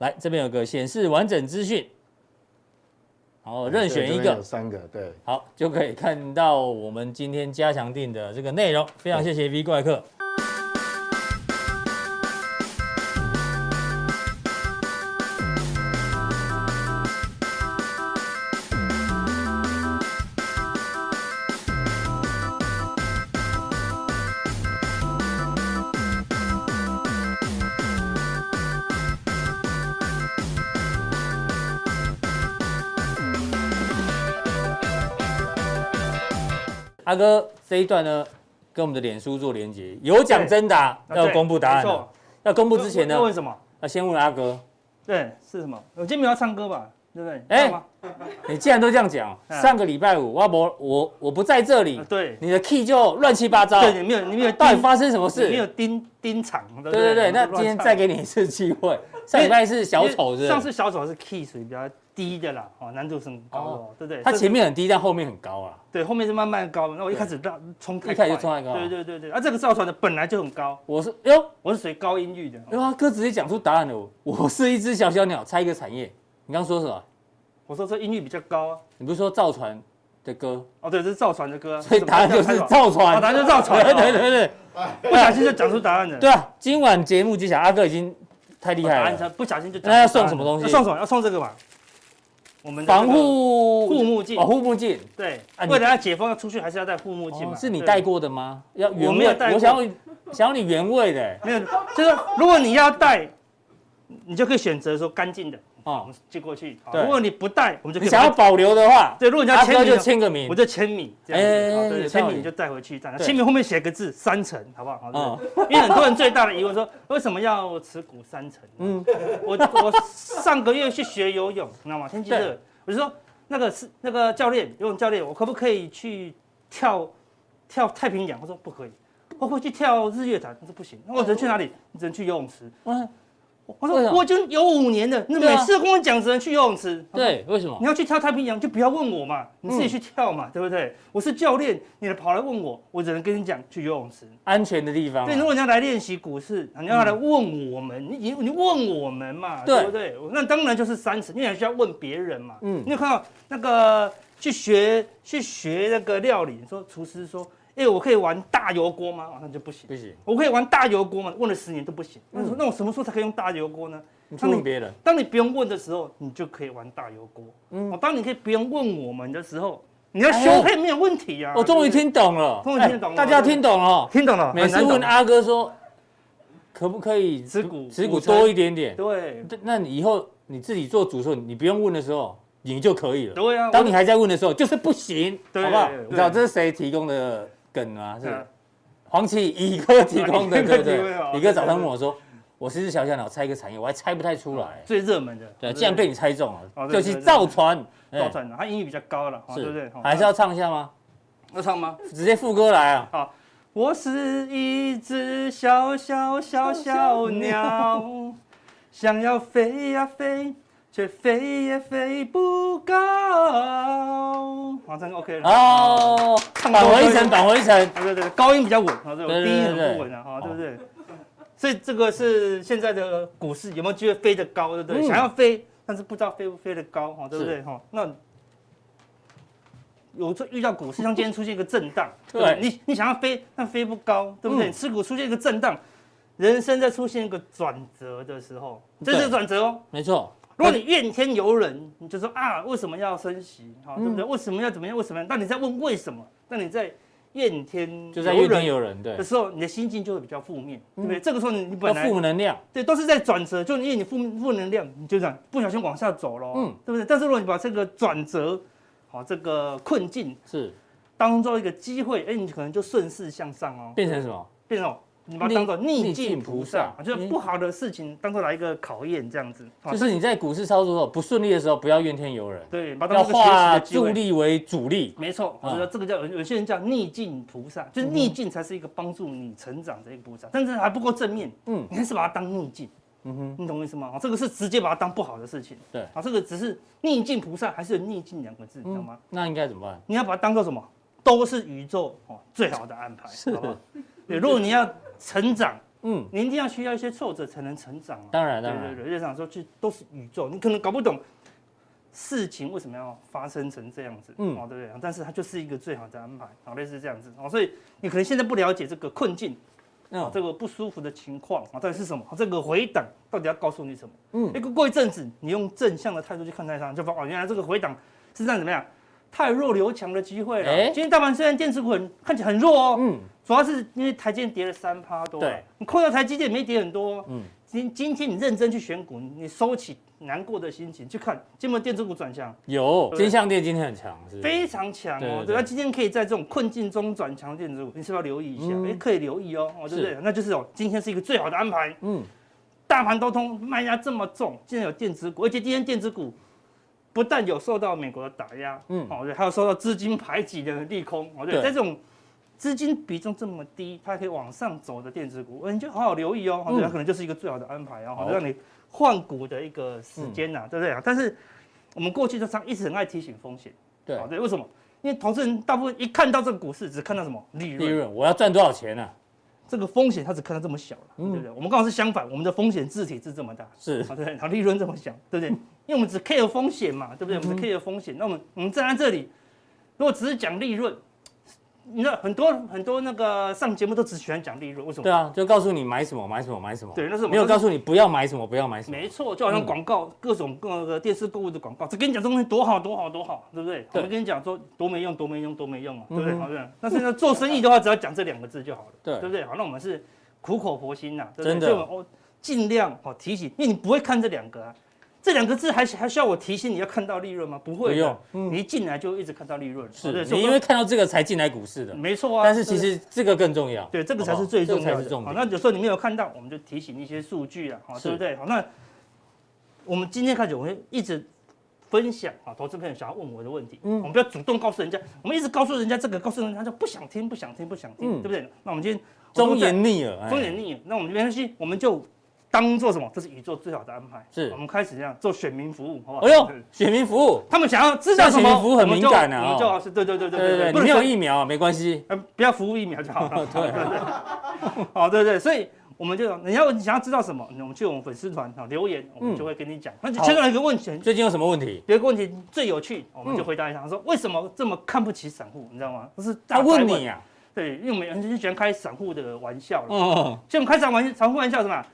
Speaker 1: 来这边有个显示完整资讯，然后任选一
Speaker 2: 哎对这边有
Speaker 1: 个，
Speaker 2: 三个，对，
Speaker 1: 好就可以看到我们今天加强定的这个内容。非常谢谢 V 怪客。阿哥这一段呢，跟我们的脸书做连接，有奖征答
Speaker 3: 啊
Speaker 1: 要
Speaker 3: 对
Speaker 1: 公布答案
Speaker 3: 没
Speaker 1: 了
Speaker 3: 错。
Speaker 1: 要公布之前呢
Speaker 3: 要，问什么？
Speaker 1: 要先问阿哥，
Speaker 3: 对，是什么？我今天没有要唱歌吧？对不对？
Speaker 1: 哎
Speaker 3: 唱吗
Speaker 1: 你既然都这样讲，
Speaker 3: 嗯
Speaker 1: 上个礼拜五我不我我不在这里
Speaker 3: 啊，对，
Speaker 1: 你的 key 就乱七八糟，
Speaker 3: 对，你没有，你没有盯，
Speaker 1: 到底发生什么事
Speaker 3: 你没？有盯盯场，对不
Speaker 1: 对对
Speaker 3: 对
Speaker 1: 对，那
Speaker 3: 你就乱
Speaker 1: 今天
Speaker 3: 唱
Speaker 1: 再给你一次机会。上礼拜是小丑
Speaker 3: 因
Speaker 1: 是不
Speaker 3: 为
Speaker 1: 是，
Speaker 3: 上次小丑是 key 属于比较低的啦，哦，难度是很高的哦，对不对？
Speaker 1: 他
Speaker 3: 这是
Speaker 1: 前面很低，但后面很高啊。
Speaker 3: 对，后面是慢慢高的。那我一开始让冲太快，
Speaker 1: 一开始就冲太高
Speaker 3: 对对对对。啊，这个造船的本来就很高，
Speaker 1: 我是哎呦
Speaker 3: 我是属于高音域的。哦
Speaker 1: 哎呦，阿哥直接讲出答案了。我我是一只小小鸟，猜一个产业。你刚刚说什么？
Speaker 3: 我说这音域比较高啊，
Speaker 1: 你不是说造船的歌，
Speaker 3: 哦，对，这是造船的歌，
Speaker 1: 所以答案就是造船
Speaker 3: 哦，答案就是造 船，
Speaker 1: 对对
Speaker 3: 哦，
Speaker 1: 对对
Speaker 3: 不小心就讲出答案了，
Speaker 1: 对啊！今晚节目揭晓，阿哥已经太厉
Speaker 3: 哦，答
Speaker 1: 害
Speaker 3: 案
Speaker 1: 了。
Speaker 3: 才不小心就讲出答案。
Speaker 1: 那要送什么东西
Speaker 3: 要送什么？要送这个吧，我们的这
Speaker 1: 防
Speaker 3: 个
Speaker 1: 护
Speaker 3: 护目镜
Speaker 1: 哦，护目镜
Speaker 3: 对
Speaker 1: 啊，你
Speaker 3: 为了要解封要出去，还是要戴护目镜
Speaker 1: 哦
Speaker 3: 嘛？
Speaker 1: 是你
Speaker 3: 对
Speaker 1: 戴过的吗？要原
Speaker 3: 没
Speaker 1: 味
Speaker 3: 有戴，过
Speaker 1: 我想要想要你原味的
Speaker 3: 没有，就是如果你要戴，你就可以选择说干净的，我
Speaker 1: 哦
Speaker 3: 们。寄过去。好
Speaker 1: 对
Speaker 3: 如果你不戴，我们就可
Speaker 1: 你
Speaker 3: 以
Speaker 1: 想要
Speaker 3: 把它
Speaker 1: 保留的话，
Speaker 3: 对，如果你要
Speaker 1: 阿
Speaker 3: 签
Speaker 1: 哥
Speaker 3: 名
Speaker 1: 就
Speaker 3: 的话，
Speaker 1: 签个名
Speaker 3: 我。就签名这样
Speaker 1: 哎
Speaker 3: 子，好对
Speaker 1: 有
Speaker 3: 对，
Speaker 1: 道理
Speaker 3: 签名你就带回去这样。
Speaker 1: 对
Speaker 3: 签名后面写个字三层，好不好？好
Speaker 1: 嗯
Speaker 3: 对，因为很多人最大的疑问说，为什么要持股三层？
Speaker 1: 嗯，
Speaker 3: 我我上个月去学游泳，你知道吗？天气热
Speaker 1: 对，
Speaker 3: 我就说那个是那个教练，游泳教练，我可不可以去跳跳太平洋？他说不可以。我会去跳日月潭，他说不行。那我只能去哪里？你只能去游泳池。
Speaker 1: 嗯，
Speaker 3: 我
Speaker 1: 为什
Speaker 3: 说
Speaker 1: 么
Speaker 3: 我已经游五年了，你
Speaker 1: 对啊
Speaker 3: 每次都跟我讲只能去游泳池。他说
Speaker 1: 对，为什么
Speaker 3: 你？要去跳太平洋，就不要问我嘛，你
Speaker 1: 嗯
Speaker 3: 自己去跳嘛，对不对？我是教练，你跑来问我，我只能跟你讲去游泳池。
Speaker 1: 安全的地方啊。
Speaker 3: 对，如果你要来练习股市，你要来问我们，你你你问我们嘛，
Speaker 1: 嗯对
Speaker 3: 对不对？那当然就是三十，因为你需要问别人嘛。
Speaker 1: 嗯
Speaker 3: 嗯，你有看到那个去学去学那个料理，你说厨师说，哎、我可以玩大油锅吗？晚上就不行
Speaker 1: 不。行，嗯
Speaker 3: 我可以玩大油锅吗？问了十年都不行。那、说那我什么时候才可以用大油锅呢？
Speaker 1: 你去问别人。
Speaker 3: 当你不用问的时候，你就可以玩大油锅。
Speaker 1: 嗯哎
Speaker 3: 嗯，当你可以不用问我们的时候，你要修配没有问题啊。
Speaker 1: 我终于
Speaker 3: 对
Speaker 1: 听懂了，
Speaker 3: 终于听得懂
Speaker 1: 哎
Speaker 3: 了
Speaker 1: 大家听懂了
Speaker 3: 不。对听懂了，
Speaker 1: 每次
Speaker 3: 很难懂
Speaker 1: 问阿哥说，可不可以
Speaker 3: 持股
Speaker 1: 持股
Speaker 3: 五成
Speaker 1: 多一点点？
Speaker 3: 对
Speaker 1: 对那你以后你自己做主的时候，你不用问的时候，你就可以了。
Speaker 3: 对啊，
Speaker 1: 当
Speaker 3: 我
Speaker 1: 你还在问的时候，就是不行，
Speaker 3: 对
Speaker 1: 好不好？
Speaker 3: 对
Speaker 1: 你知道这是谁提供的梗吗？
Speaker 3: 对啊
Speaker 1: 是黄奇乙哥提供 的，
Speaker 3: 啊乙
Speaker 1: 对
Speaker 3: 哥
Speaker 1: 不
Speaker 3: 提供的哦
Speaker 1: 对？乙哥早上问我说，我是只小小鸟，猜一个产业，我还猜不太出来。
Speaker 3: 最热门的，
Speaker 1: 对，竟然被你猜中了，
Speaker 3: 哦
Speaker 1: 就
Speaker 3: 对
Speaker 1: 是
Speaker 3: 对对
Speaker 1: 造船，
Speaker 3: 造船了，他英语比较高了，
Speaker 1: 哎
Speaker 3: 哦对不对
Speaker 1: 是？
Speaker 3: 哦，
Speaker 1: 还是要唱一下吗？
Speaker 3: 要唱吗？
Speaker 1: 直接副歌来啊！
Speaker 3: 好，我是一只小小小小鸟，
Speaker 1: 嗯
Speaker 3: 想要飞呀飞，却飞也飞不高。好，这样 OK 了。哦，
Speaker 1: 哦，
Speaker 3: 唱
Speaker 1: 返回一层，
Speaker 3: 层，
Speaker 1: 返回一层。
Speaker 3: 对对对，高音比较稳，好，
Speaker 1: 对
Speaker 3: 对，
Speaker 1: 对
Speaker 3: 我
Speaker 1: 对
Speaker 3: 低音
Speaker 1: 对
Speaker 3: 很
Speaker 1: 对
Speaker 3: 不稳啊，好，对不对？所以这个是现在的股市有没有机会飞得高，对不对？
Speaker 1: 嗯
Speaker 3: 想要飞，但是不知道飞不飞得高，哈，对不
Speaker 1: 是
Speaker 3: 对？哈，那有时候遇到股市，像今天出现一个震荡，
Speaker 1: 对
Speaker 3: 对不对你你想要飞，但飞不高，对不对？
Speaker 1: 嗯
Speaker 3: 持股出现一个震荡，人生在出现一个转折的时候，这是
Speaker 1: 对
Speaker 3: 个转折哦。
Speaker 1: 没错，
Speaker 3: 如果你怨天尤人，你就说啊，为什么要升息？好、
Speaker 1: 嗯
Speaker 3: 对不对？为什么要怎么样？为什么要？那你在问为什么？那你在怨天
Speaker 1: 就在怨天
Speaker 3: 尤
Speaker 1: 尤人，对
Speaker 3: 的，时候，你的心境就会比较负面，对不对？这个时候你你
Speaker 1: 嗯要
Speaker 3: 本来
Speaker 1: 负能量，
Speaker 3: 对都是在转折，就因为你负负能量，你就这样不小心往下走喽，
Speaker 1: 嗯
Speaker 3: 对不对？但是如果你把这个转折，好、这个困境
Speaker 1: 是
Speaker 3: 当做一个机会，哎，你可能就顺势向上哦，
Speaker 1: 变成什么？
Speaker 3: 变成哦你把它当做逆
Speaker 1: 逆境
Speaker 3: 境
Speaker 1: 菩
Speaker 3: 菩
Speaker 1: 萨嗯
Speaker 3: 萨，就是不好的事情当做来一个考验，这样子，好
Speaker 1: 就是你在股市操作的时候不顺利的时候，不要怨天尤人，
Speaker 3: 对，把它
Speaker 1: 要
Speaker 3: 当做一个学习
Speaker 1: 化
Speaker 3: 的机
Speaker 1: 助
Speaker 3: 会。
Speaker 1: 力为主力。
Speaker 3: 没错，我觉
Speaker 1: 啊
Speaker 3: 得这个叫有有些人叫逆境菩萨，
Speaker 1: 嗯
Speaker 3: 就是逆境才是一个帮助你成长的一个菩萨，但是还不够正面，
Speaker 1: 嗯
Speaker 3: 嗯，你还是把它当逆境，
Speaker 1: 嗯哼，
Speaker 3: 你懂我意思吗？哦这个是直接把它当不好的事情，
Speaker 1: 对嗯
Speaker 3: 啊，这个只是逆境菩萨还是有逆境两个字，你知道吗？
Speaker 1: 那应该怎么办？
Speaker 3: 你要把它当做什么？都是宇宙哦最好的安排，好不好？对，如果你要成长，
Speaker 1: 嗯，
Speaker 3: 你一定要需要一些挫折才能成长啊。
Speaker 1: 当然
Speaker 3: 对
Speaker 1: 当
Speaker 3: 对
Speaker 1: 然，
Speaker 3: 对，日常说去都是宇宙，你可能搞不懂事情为什么要发生成这样子，
Speaker 1: 嗯
Speaker 3: 嗯，哦，对不对？但是它就是一个最好的安排，哦，类似这样子，哦，所以你可能现在不了解这个困境，哦
Speaker 1: 嗯，
Speaker 3: 这个不舒服的情况啊、哦到底是什么？哦这个回档到底要告诉你什么？
Speaker 1: 嗯
Speaker 3: 嗯，哎，过过一阵子，你用正向的态度去看待它，就发现哦，原来这个回档是让怎么样？太弱留强的机会了。
Speaker 1: 哎
Speaker 3: 今天大盘虽然电子股很看起来很弱哦，
Speaker 1: 嗯，
Speaker 3: 主要是因为台积电跌了三趴多啊，
Speaker 1: 对
Speaker 3: 你扣掉台积电没跌很多，
Speaker 1: 嗯
Speaker 3: 嗯，今今天你认真去选股，你收起难过的心情去看，今天电子股转强，
Speaker 1: 有
Speaker 3: 对
Speaker 1: 金项店今天很强，是不是
Speaker 3: 非常强
Speaker 1: 对对
Speaker 3: 哦，
Speaker 1: 对
Speaker 3: 对吧？今天可以在这种困境中转强的电子股，你是不是要留意一下？
Speaker 1: 嗯
Speaker 3: 哎，可以留意哦，哦，对不
Speaker 1: 是
Speaker 3: 对？那就是哦，今天是一个最好的安排，
Speaker 1: 嗯，
Speaker 3: 大盘都通卖压这么重，竟然有电子股，而且今天电子股不但有受到美国的打压，
Speaker 1: 嗯
Speaker 3: 嗯，哦，对，还有受到资金排挤的利空，哦，对，
Speaker 1: 对
Speaker 3: 在这种资金比重这么低，它可以往上走的电子股，哦你就好好留意哦，哦对，
Speaker 1: 嗯
Speaker 3: 它可能就是一个最好的安排哦，
Speaker 1: 好嗯
Speaker 3: 哦让你换股的一个时间呐、对不对啊？但是我们过去就常一直很爱提醒风险，
Speaker 1: 对
Speaker 3: 哦，对，为什么？因为投资人大部分一看到这个股市，只看到什么利
Speaker 1: 利
Speaker 3: 润，
Speaker 1: 润我要赚多少钱啊呢？
Speaker 3: 这个风险他只看到这么小了，
Speaker 1: 嗯
Speaker 3: 对不对？我们刚好是相反，我们的风险字体是这么大，啊
Speaker 1: 是
Speaker 3: 好，对不对？然后利润
Speaker 1: 嗯
Speaker 3: 这么小，对不对？因为我们只 care 风险嘛，对不对？我们只 care 风险，那我们我们站在这里，如果只是讲利润，你知道很多很多那个上节目都只喜欢讲利润，为什么？
Speaker 1: 对啊，就告诉你买什么买什么买什么，
Speaker 3: 对那是我们
Speaker 1: 没有
Speaker 3: 那是
Speaker 1: 告诉你不要买什么不要买什么，
Speaker 3: 没错，就好像广告，各种各个电视购物的广告，只跟你讲这东西多好多好多好，对不对？我
Speaker 1: 对嗯
Speaker 3: 们跟你讲说多没用多没用多没用啊，对不对？好像，但是呢，做生意的话，只要讲这两个字就好了，
Speaker 1: 对
Speaker 3: 对不对？好，那我们是苦口婆心呐、对不对
Speaker 1: 真的
Speaker 3: 所以我们哦，尽量哦提醒，因为你不会看这两个啊。这两个字还还需要我提醒你要看到利润吗？不会的，
Speaker 1: 不用
Speaker 3: 你一进来就一直看到利润，对不对
Speaker 1: 是
Speaker 3: 所
Speaker 1: 你
Speaker 3: 以
Speaker 1: 因
Speaker 3: 我
Speaker 1: 为
Speaker 3: 说
Speaker 1: 看到这个才进来股市的，
Speaker 3: 没错啊。
Speaker 1: 但是
Speaker 3: 对不
Speaker 1: 其
Speaker 3: 对
Speaker 1: 实这个更重要，
Speaker 3: 对，这
Speaker 1: 好不
Speaker 3: 个才
Speaker 1: 好
Speaker 3: 是最重要
Speaker 1: 这
Speaker 3: 的。
Speaker 1: 个才是重
Speaker 3: 好
Speaker 1: 点，
Speaker 3: 那有时候你没有看到，我们就提醒一些数据啊，好，
Speaker 1: 是
Speaker 3: 对不对？好，那我们今天开始，我会一直分享啊，投资朋友想要问我的问题，
Speaker 1: 嗯
Speaker 3: 我们不要主动告诉人家，我们一直告诉人家这个，告诉人家就不想听，不想听，不想听，
Speaker 1: 嗯
Speaker 3: 对不对？那我们今天
Speaker 1: 忠言逆耳，哎
Speaker 3: 忠言逆耳，那我们没关系，我们就当做什么？这是宇宙最好的安排。
Speaker 1: 是
Speaker 3: 我们开始这样做选民服务，好不好？
Speaker 1: 哎呦，选民服务，
Speaker 3: 他们想要知道
Speaker 1: 像
Speaker 3: 什
Speaker 1: 选
Speaker 3: 么
Speaker 1: 民服务很敏感啊
Speaker 3: 我们就
Speaker 1: 哦
Speaker 3: 我们就是对对对对
Speaker 1: 对对对，
Speaker 3: 不
Speaker 1: 呃你
Speaker 3: 能
Speaker 1: 没有
Speaker 3: 说
Speaker 1: 疫苗啊没关系，
Speaker 3: 呃，不要服务疫苗就好了。
Speaker 1: 对 啊
Speaker 3: 好，对对，所以我们就你要你想要知道什么，我们去我们粉丝团好留言，我们就会跟你讲。那就牵出来一个问题，
Speaker 1: 最近有什么问题？
Speaker 3: 有一个问题最有趣，我们就回答一下，说为什么这么看不起散户，你知道吗？这是大
Speaker 1: 他
Speaker 3: 白
Speaker 1: 问你啊，
Speaker 3: 对，因为我们很喜欢开散户的玩笑啦，
Speaker 1: 嗯，
Speaker 3: 所以我们开散玩散户玩笑什么啊？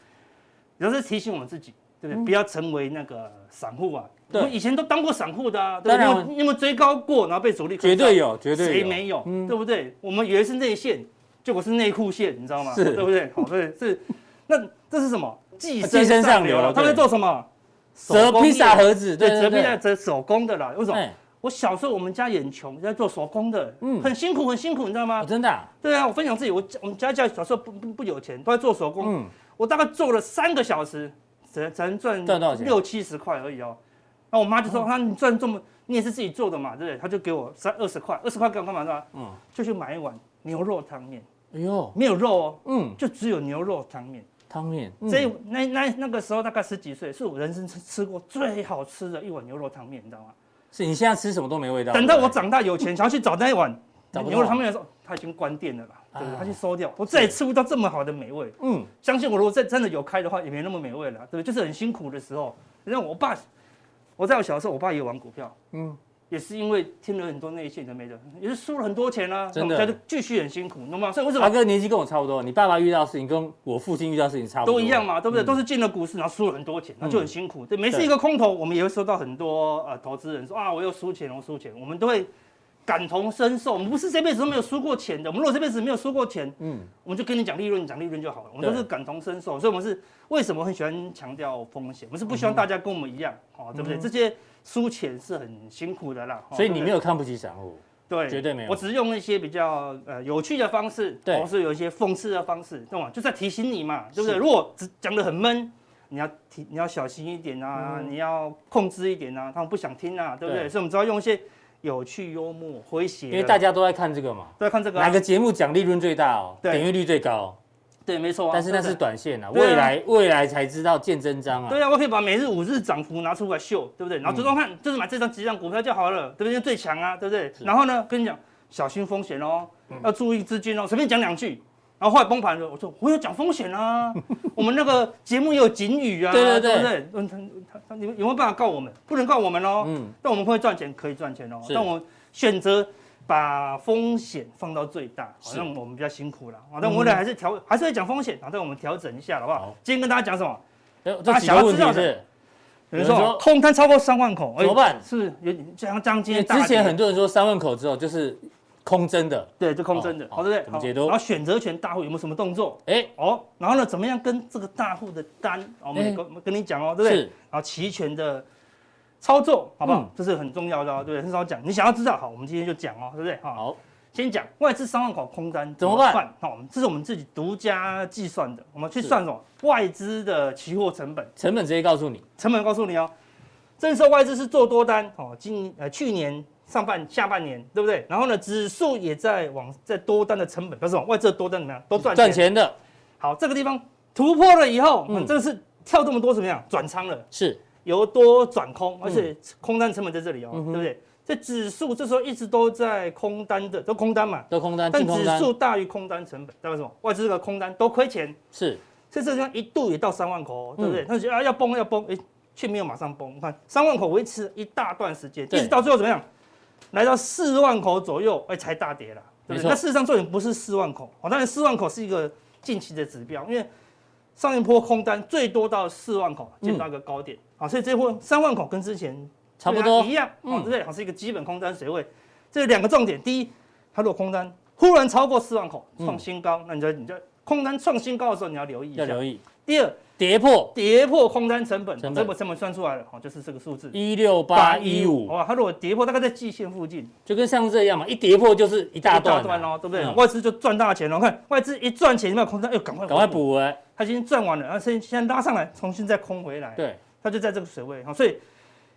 Speaker 3: 有时候提醒我们自己，对不对？不要成为那个散户啊。我
Speaker 1: 嗯对
Speaker 3: 们以前都当过散户的啊，对不对？
Speaker 1: 当
Speaker 3: 你
Speaker 1: 然
Speaker 3: 有你有没有追高过，然后被主力
Speaker 1: 绝
Speaker 3: 追高
Speaker 1: 对有，绝对
Speaker 3: 谁
Speaker 1: 有，
Speaker 3: 没有，
Speaker 1: 嗯
Speaker 3: 对不对？我们以为是内线，结果是内裤线，你知道吗？
Speaker 1: 是
Speaker 3: 对不对？好，对，是。那这是什么？寄
Speaker 1: 寄生上流对
Speaker 3: 了。啊他们在做什么？手
Speaker 1: 折
Speaker 3: 工
Speaker 1: 披萨
Speaker 3: 业
Speaker 1: 盒子，
Speaker 3: 对
Speaker 1: 对
Speaker 3: 折
Speaker 1: 对
Speaker 3: 披萨
Speaker 1: 对，
Speaker 3: 折手工的啦。为什么？
Speaker 1: 哎，
Speaker 3: 我小时候我们家也很穷，在做手工的，
Speaker 1: 嗯
Speaker 3: 很辛苦，很辛苦，你知道
Speaker 1: 哦
Speaker 3: 吗？
Speaker 1: 真的啊，
Speaker 3: 对啊，我分享自己，我家我们家家小时候不不不有钱，都在做手工。
Speaker 1: 嗯，
Speaker 3: 我大概做了三个小时，才才能赚
Speaker 1: 赚多少钱
Speaker 3: 六七十块而已哦。那我妈就说：“那啊你赚这么，你也是自己做的嘛，对不对？”她就给我三二十块，二十块给我干嘛呢？
Speaker 1: 嗯
Speaker 3: 就去买一碗牛肉汤面，
Speaker 1: 哎呦，
Speaker 3: 没有肉哦，
Speaker 1: 嗯，
Speaker 3: 就只有牛肉汤面。
Speaker 1: 汤面，嗯
Speaker 3: 所以那那那个时候大概十几岁，是我人生吃吃过最好吃的一碗牛肉汤面，你知道吗？
Speaker 1: 是你现在吃什么都没味道，
Speaker 3: 等到我
Speaker 1: 对
Speaker 3: 长大有钱，想要去找那一碗
Speaker 1: 找不到
Speaker 3: 牛肉汤面的时候，它已经关店了啦，对不对？
Speaker 1: 啊
Speaker 3: 它去收掉，我再也吃不到这么好的美味。
Speaker 1: 不对，嗯，
Speaker 3: 相信我，如果真真的有开的话，也没那么美味了，对不对？就是很辛苦的时候。让我爸，我在我小时候，我爸也玩股票，嗯
Speaker 1: 嗯，
Speaker 3: 也是因为听了很多内线的没的，也是输了很多钱啊，
Speaker 1: 真的
Speaker 3: 那我们家就继续很辛苦，你懂吗？所以为什
Speaker 1: 华
Speaker 3: 么
Speaker 1: 哥年纪跟我差不多，你爸爸遇到的事情跟我父亲遇到的事情差不多，嗯
Speaker 3: 都一样嘛，对不对？都是进了股市，然后输了很多钱，那就很辛苦。对，每次一个空头，我们也会收到很多呃投资人说啊，我又输钱，我输钱，我们都会。感同身受，我们不是这辈子都没有输过钱的。我们如果这辈子没有输过钱，
Speaker 1: 嗯，
Speaker 3: 我们就跟你讲利润，你讲利润就好了。我们都
Speaker 1: 对
Speaker 3: 是感同身受，所以我们是为什么很喜欢强调风险？我们是不
Speaker 1: 嗯
Speaker 3: 希望大家跟我们一样，哦，对不对？这些输钱是很辛苦的啦。哦
Speaker 1: 所以你没
Speaker 3: 对
Speaker 1: 有看不起散户，
Speaker 3: 不对对
Speaker 1: 绝对没有
Speaker 3: 我只是用一些比较呃有趣的方式，
Speaker 1: 对
Speaker 3: 或是有一些讽刺的方式，懂吗？就在提醒你嘛，对不对？
Speaker 1: 是
Speaker 3: 如果只讲的很闷。你要提，你要小心一点啊！你要控制一点啊！他们不想听啊，对不对？
Speaker 1: 嗯对
Speaker 3: 所以我们只要用一些有趣、幽默、诙谐的，
Speaker 1: 因为大家都在看这个嘛，
Speaker 3: 都在看这个、啊，
Speaker 1: 哪个节目讲利润最大哦，
Speaker 3: 对
Speaker 1: 点阅率最高，
Speaker 3: 对，没错啊。
Speaker 1: 但是那
Speaker 3: 对不
Speaker 1: 是
Speaker 3: 对
Speaker 1: 短线啊，
Speaker 3: 对啊
Speaker 1: 未来未来才知道见真章啊，嗯
Speaker 3: 对啊，我可以把每日五日涨幅拿出来秀，对不对？然后追踪看，就是买这张几张股票就好了，对不对？因为最强啊，对不对？然后呢，跟你讲，小心风险哦，
Speaker 1: 嗯
Speaker 3: 要注意资金哦，随便讲两句。然后后来崩盘了，我说我有讲风险啊，我们那个节目也有警语啊，
Speaker 1: 对对
Speaker 3: 对
Speaker 1: 对
Speaker 3: 不对？嗯，他他他你们有没有办法告我们？不能告我们哦。
Speaker 1: 嗯，
Speaker 3: 但我们会赚钱，可以赚钱哦。
Speaker 1: 是
Speaker 3: 但我们选择把风险放到最大，好
Speaker 1: 是
Speaker 3: 像我们比较辛苦了。好，但我们还是调，还是会讲风险，好，但我们调整一下，好不好
Speaker 1: 好？
Speaker 3: 今天跟大家讲什么？
Speaker 1: 哎
Speaker 3: 大
Speaker 1: 这
Speaker 3: 家
Speaker 1: 几
Speaker 3: 想
Speaker 1: 个
Speaker 3: 要
Speaker 1: 问
Speaker 3: 知道
Speaker 1: 题
Speaker 3: 的
Speaker 1: 是。
Speaker 3: 有人说
Speaker 1: 有人说
Speaker 3: 空单超过三万口，哎
Speaker 1: 怎么办
Speaker 3: 是不是有点像张今
Speaker 1: 因为
Speaker 3: 天大跌
Speaker 1: 之前很多人说三万口之后就是空增的，
Speaker 3: 对，就空针的，
Speaker 1: 哦
Speaker 3: 好对不对？
Speaker 1: 怎么
Speaker 3: 好
Speaker 1: 解读
Speaker 3: 然后选择权大户有没有什么动作？
Speaker 1: 哎，
Speaker 3: 哦，然后呢，怎么样跟这个大户的单，哦我们也
Speaker 1: 哎
Speaker 3: 跟我们跟你讲哦，对不对？
Speaker 1: 是
Speaker 3: 然后期权的操作，好不好
Speaker 1: 嗯？
Speaker 3: 这是很重要的哦，对不对？很少讲，你想要知道，好，我们今天就讲哦，对不对？好，
Speaker 1: 好，
Speaker 3: 先讲外资三万口空单
Speaker 1: 怎么办？
Speaker 3: 好，这是我们自己独家计算的，我们去
Speaker 1: 是
Speaker 3: 算什么外资的期货成本。
Speaker 1: 成本直接告诉你，
Speaker 3: 成本告诉你哦，正受外资是做多单哦，今呃去年上半下半年对不对？然后呢，指数也在往在多单的成本，表示往外资的多单怎么样都赚
Speaker 1: 赚。钱的
Speaker 3: 好，这个地方突破了以后，
Speaker 1: 嗯
Speaker 3: 嗯，这个是跳这么多怎么样？转仓了，
Speaker 1: 是
Speaker 3: 由多转空，
Speaker 1: 嗯
Speaker 3: 而且空单成本在这里哦，对不对？这指数这时候一直都在空单的，都空单嘛，
Speaker 1: 都空单
Speaker 3: 但
Speaker 1: 净空
Speaker 3: 指
Speaker 1: 单
Speaker 3: 数大于空单成本，代表什么？外资这个空单都亏钱，
Speaker 1: 是
Speaker 3: 所以这个地方一度也到三万口、哦，对不对？
Speaker 1: 嗯
Speaker 3: 他就觉得啊要崩要崩，哎，却没有马上崩。你看三万口维持一大段时间，一
Speaker 1: 对
Speaker 3: 直到最后怎么样？来到四万口左右，哎，才大跌啦，
Speaker 1: 没
Speaker 3: 对
Speaker 1: 错
Speaker 3: 不对？那事实上重点不是四万口，哦，当然四万口是一个近期的指标，因为上一波空单最多到四万口，见到一个高
Speaker 1: 嗯
Speaker 3: 点，好、所以这波三万口跟之前
Speaker 1: 差不
Speaker 3: 对
Speaker 1: 多
Speaker 3: 啊一样，哦，
Speaker 1: 嗯
Speaker 3: 对不对？好，是一个基本空单水位，这两个重点，第一，它如果空单忽然超过四万口
Speaker 1: 嗯
Speaker 3: 创新高，那你就你就空单创新高的时候你要留意一
Speaker 1: 要
Speaker 3: 下。
Speaker 1: 留意
Speaker 3: 第二，
Speaker 1: 跌破
Speaker 3: 跌破空单成本，
Speaker 1: 成本
Speaker 3: 成本成本算出来了，哦，就是这个数字哦
Speaker 1: 一六八一五，
Speaker 3: 哇，它如果跌破大概在季线附近，
Speaker 1: 就跟上次一样嘛，一跌破就是一大段啊，
Speaker 3: 哦，对不对？
Speaker 1: 嗯
Speaker 3: 外资就赚大钱了，看外资一赚钱，有没有空单？哎呦，赶快
Speaker 1: 赶快，补哎，
Speaker 3: 它已经赚完了，然后现现在拉上来，重新再空回来，，
Speaker 1: 对，
Speaker 3: 它就在这个水位，哦好，所以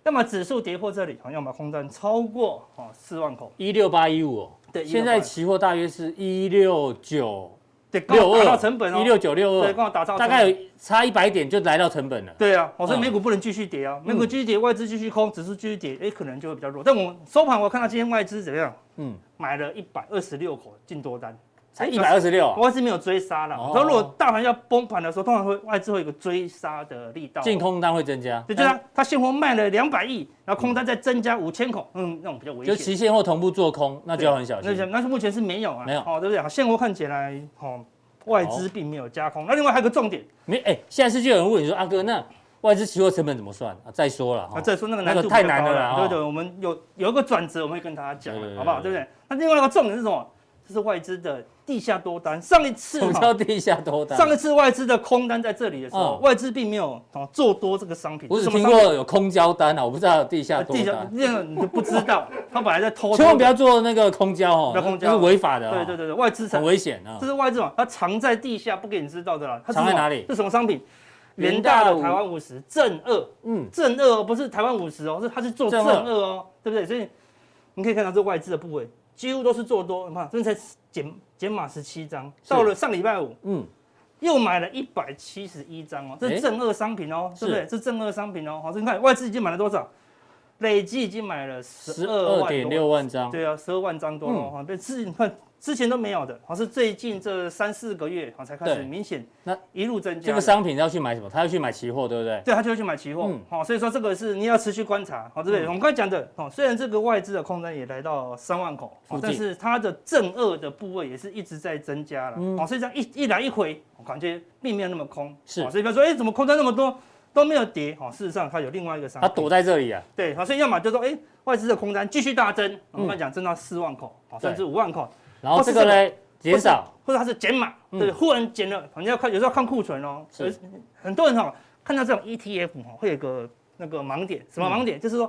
Speaker 3: 要么指数跌破这里，好，哦要么空单超过哦四万口，
Speaker 1: 一六八一五，哦
Speaker 3: 对
Speaker 1: 现在期货大约是一六九
Speaker 3: 对，刚
Speaker 1: 六
Speaker 3: 好
Speaker 1: 二
Speaker 3: 达到成本哦，
Speaker 1: 一六九六
Speaker 3: 对，
Speaker 1: 二，
Speaker 3: 刚好打造
Speaker 1: 大概有差一百点就来到成本了。
Speaker 3: 对啊，我说
Speaker 1: 嗯
Speaker 3: 美股不能继续跌啊，美股继续跌，外资继续空，指数继续跌，哎，可能就会比较弱。但我收盘我看到今天外资怎么样，
Speaker 1: 嗯，
Speaker 3: 买了一百二十六口进多单，
Speaker 1: 才哎一百二十六，
Speaker 3: 外资没有追杀了。
Speaker 1: 哦
Speaker 3: 然后如果大盘要崩盘的时候，通常会外资会有一个追杀的力道。哦
Speaker 1: 净空单会增加，嗯
Speaker 3: 对，就是它它现货卖了两百亿，然后空单再增加五千口，嗯，那种比较危
Speaker 1: 就
Speaker 3: 险。
Speaker 1: 期现或同步做空，那就要很小
Speaker 3: 那
Speaker 1: 心。嗯
Speaker 3: 那是目前是没有啊，
Speaker 1: 没有
Speaker 3: 哦，对不对？好现货看起来，哦，外资并没有加空。那另外还有个重点，
Speaker 1: 没哎，现在是就有人问你说，阿啊哥，那外资期货成本怎么算啊？再说了
Speaker 3: 啊，
Speaker 1: 哈，
Speaker 3: 再说那个
Speaker 1: 那
Speaker 3: 难
Speaker 1: 个
Speaker 3: 度比
Speaker 1: 太
Speaker 3: 较
Speaker 1: 难
Speaker 3: 高
Speaker 1: 了啦
Speaker 3: 啦
Speaker 1: 哦
Speaker 3: 对对，我们有有一个转折，我们会跟大家讲
Speaker 1: 对对，对
Speaker 3: 好不好？
Speaker 1: 对
Speaker 3: 对不对？那另外一个重点是什么？就是外资的地下多单。上一次
Speaker 1: 什么
Speaker 3: 哈
Speaker 1: 叫地下多单？
Speaker 3: 上一次外资的空单在这里的时候，
Speaker 1: 嗯
Speaker 3: 外资并没有哦做多这个商品，
Speaker 1: 我只
Speaker 3: 什么
Speaker 1: 听
Speaker 3: 商品
Speaker 1: 过有空交单啊，我不知道有地下
Speaker 3: 呃
Speaker 1: 多
Speaker 3: 地下
Speaker 1: 单，
Speaker 3: 那个你就不知道，他本来在偷，
Speaker 1: 千万不要做那个空交哦，
Speaker 3: 不
Speaker 1: 那
Speaker 3: 要空
Speaker 1: 那
Speaker 3: 交
Speaker 1: 是违法的哦，
Speaker 3: 对对对对，外资才
Speaker 1: 很危险啊
Speaker 3: 这。是外资嘛，它藏在地下不给你知道的啦。它是
Speaker 1: 藏在
Speaker 3: 什么
Speaker 1: 哪里
Speaker 3: 是什么商品？
Speaker 1: 元
Speaker 3: 元
Speaker 1: 大
Speaker 3: 大
Speaker 1: 的
Speaker 3: 的台湾五十正二，
Speaker 1: 嗯，
Speaker 3: 正二哦，不是台湾五十哦，是它是做
Speaker 1: 正
Speaker 3: 正
Speaker 1: 二
Speaker 3: 二哦，对不对？所以你可以看到这外资的部位几乎都是做多，你看这才减减码十七张，
Speaker 1: 是
Speaker 3: 到了上礼拜五
Speaker 1: 嗯，
Speaker 3: 又买了一百七十一张哦，这
Speaker 1: 诶
Speaker 3: 是正二商品哦，
Speaker 1: 是
Speaker 3: 对不对？这正二商品哦，好，所以你看外资已经买了多少？累计已经买了
Speaker 1: 十
Speaker 3: 十二
Speaker 1: 二
Speaker 3: 万
Speaker 1: 点
Speaker 3: 多
Speaker 1: 六万张，
Speaker 3: 对啊，十二万张
Speaker 1: 嗯
Speaker 3: 多了哈，被之你看之前都没有的，好像是最近这三四个月好才开始
Speaker 1: 对
Speaker 3: 明显，
Speaker 1: 那
Speaker 3: 一路增加的。
Speaker 1: 这个商品要去买什么？他要去买期货，对不对？
Speaker 3: 对他就会去买期货
Speaker 1: 嗯，
Speaker 3: 好，所以说这个是你要持续观察，好，对不对？我们刚才讲的，哦，虽然这个外资的空单也来到三万口
Speaker 1: 附近，
Speaker 3: 但是它的正二的部位也是一直在增加了，
Speaker 1: 嗯
Speaker 3: 哦，所以这样一一来一回，我感觉并没有那么空，
Speaker 1: 是
Speaker 3: 哦所以比如说，哎，怎么空单那么多都没有跌？哦，事实上它有另外一个商
Speaker 1: 他
Speaker 3: 品，
Speaker 1: 躲在这里啊，
Speaker 3: 对，好，所以要么就说，哎，外资的空单继续大增，
Speaker 1: 嗯
Speaker 3: 我们刚才讲增到四万口，哦，甚至五万口，
Speaker 1: 然后这个呢减少，
Speaker 3: 或者它是减码，
Speaker 1: 嗯
Speaker 3: 对，忽然减了，你要看有时候要看库存哦。
Speaker 1: 是
Speaker 3: 有时很多人哈、看到这种 E ETF 哈、会有个那个盲点，
Speaker 1: 嗯
Speaker 3: 什么盲点？就是说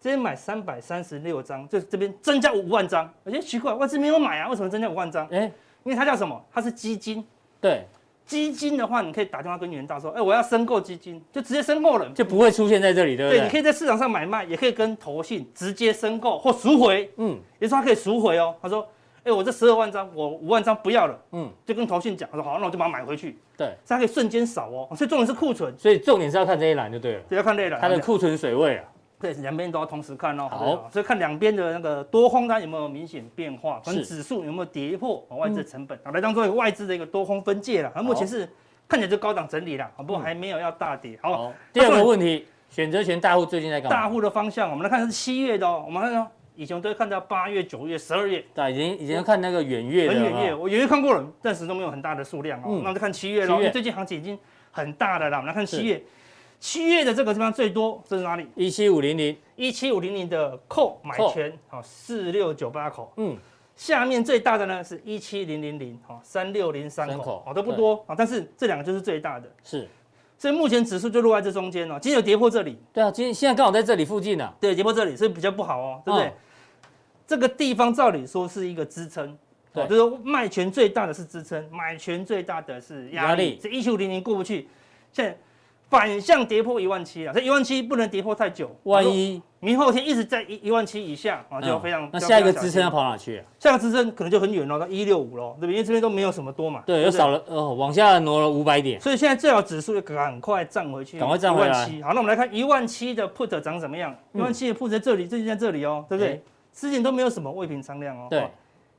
Speaker 3: 这边买三百三十六张，就是这边增加五万张，有些奇怪，外资没有买啊，为什么增加五万张？
Speaker 1: 哎，
Speaker 3: 因为它叫什么？它是基金。
Speaker 1: 对，
Speaker 3: 基金的话，你可以打电话跟元大说，哎、我要申购基金，就直接申购了。
Speaker 1: 就不会出现在这里，对不
Speaker 3: 对，
Speaker 1: 对？
Speaker 3: 你可以在市场上买卖，也可以跟投信直接申购或赎回，
Speaker 1: 嗯，
Speaker 3: 也就是他可以赎回哦。他说，哎、我这十二万张，我五万张不要了，
Speaker 1: 嗯
Speaker 3: 嗯，就跟投信讲，他说好，那我就把它买回去，
Speaker 1: 对，
Speaker 3: 所以它可以瞬间少哦。所以重点是库存，
Speaker 1: 所以重点是要看这一栏就对了，
Speaker 3: 不要看累了。
Speaker 1: 它的库存水位啊，
Speaker 3: 对两边都要同时看哦。
Speaker 1: 好
Speaker 3: 对啊，所以看两边的那个多空单有没有明显变化，跟
Speaker 1: 是嗯
Speaker 3: 指数有没有跌破哦外资的成本，啊，来当做一个外资的一个多空分界了。而目前是看起来就高档整理了，好不过还没有要大跌。好，
Speaker 1: 嗯好，第二个问题，选择权大户最近在干
Speaker 3: 哦大
Speaker 1: 嘛？
Speaker 3: 户的方向我们来看是七月的哦，我们看哦，以前我们都会看到八月、九月、十二月。
Speaker 1: 对，已经已经看那个远月的
Speaker 3: 很
Speaker 1: 了
Speaker 3: 远月，
Speaker 1: 啊，
Speaker 3: 我远月看过了，暂时都没有很大的数量哦。
Speaker 1: 嗯
Speaker 3: 那我们就看七月
Speaker 1: 七
Speaker 3: 喽，
Speaker 1: 月
Speaker 3: 因为最近行情已经很大的啦。我们来看七月，七月的这个地方最多，这是哪里？
Speaker 1: 一七五零零，
Speaker 3: 一七五零零的扣买权，好四六九八口。
Speaker 1: 嗯，
Speaker 3: 下面最大的呢是一七零零零，好三六零三
Speaker 1: 三口
Speaker 3: 口，好都不多啊，但是这两个就是最大的。
Speaker 1: 是，
Speaker 3: 所以目前指数就落在这中间哦，今天有跌破这里，
Speaker 1: 对啊，今天现在刚好在这里附近啊，
Speaker 3: 对，跌破这里，所以比较不好哦，对不对？
Speaker 1: 嗯
Speaker 3: 这个地方照理说是一个支撑，
Speaker 1: 对
Speaker 3: 哦，就是说卖权最大的是支撑，买权最大的是
Speaker 1: 压
Speaker 3: 压
Speaker 1: 力
Speaker 3: 力。这一九零零过不去，现在反向跌破一万七啊了，这一万七不能跌破太久，
Speaker 1: 万一
Speaker 3: 明后天一直在一一万七以下啊，就
Speaker 1: 嗯
Speaker 3: 非常。
Speaker 1: 那
Speaker 3: 就
Speaker 1: 下一个
Speaker 3: 非常小
Speaker 1: 支
Speaker 3: 心
Speaker 1: 撑要，跑哪去啊？
Speaker 3: 下一个支撑可能就很远了，到一六五喽，对不对？因为这边都没有什么多嘛，
Speaker 1: 对，又
Speaker 3: 不
Speaker 1: 少了，呃，往下挪了五百点，
Speaker 3: 所以现在最好指数就赶快站回去，
Speaker 1: 赶快站回来嗯
Speaker 3: 17000好，那我们来看一万七的 put 长怎么样？一万七的 put 在这里，最近在这里哦，对不对？
Speaker 1: 哎
Speaker 3: 之前都没有什么未平仓量哦，
Speaker 1: 对
Speaker 3: 哦，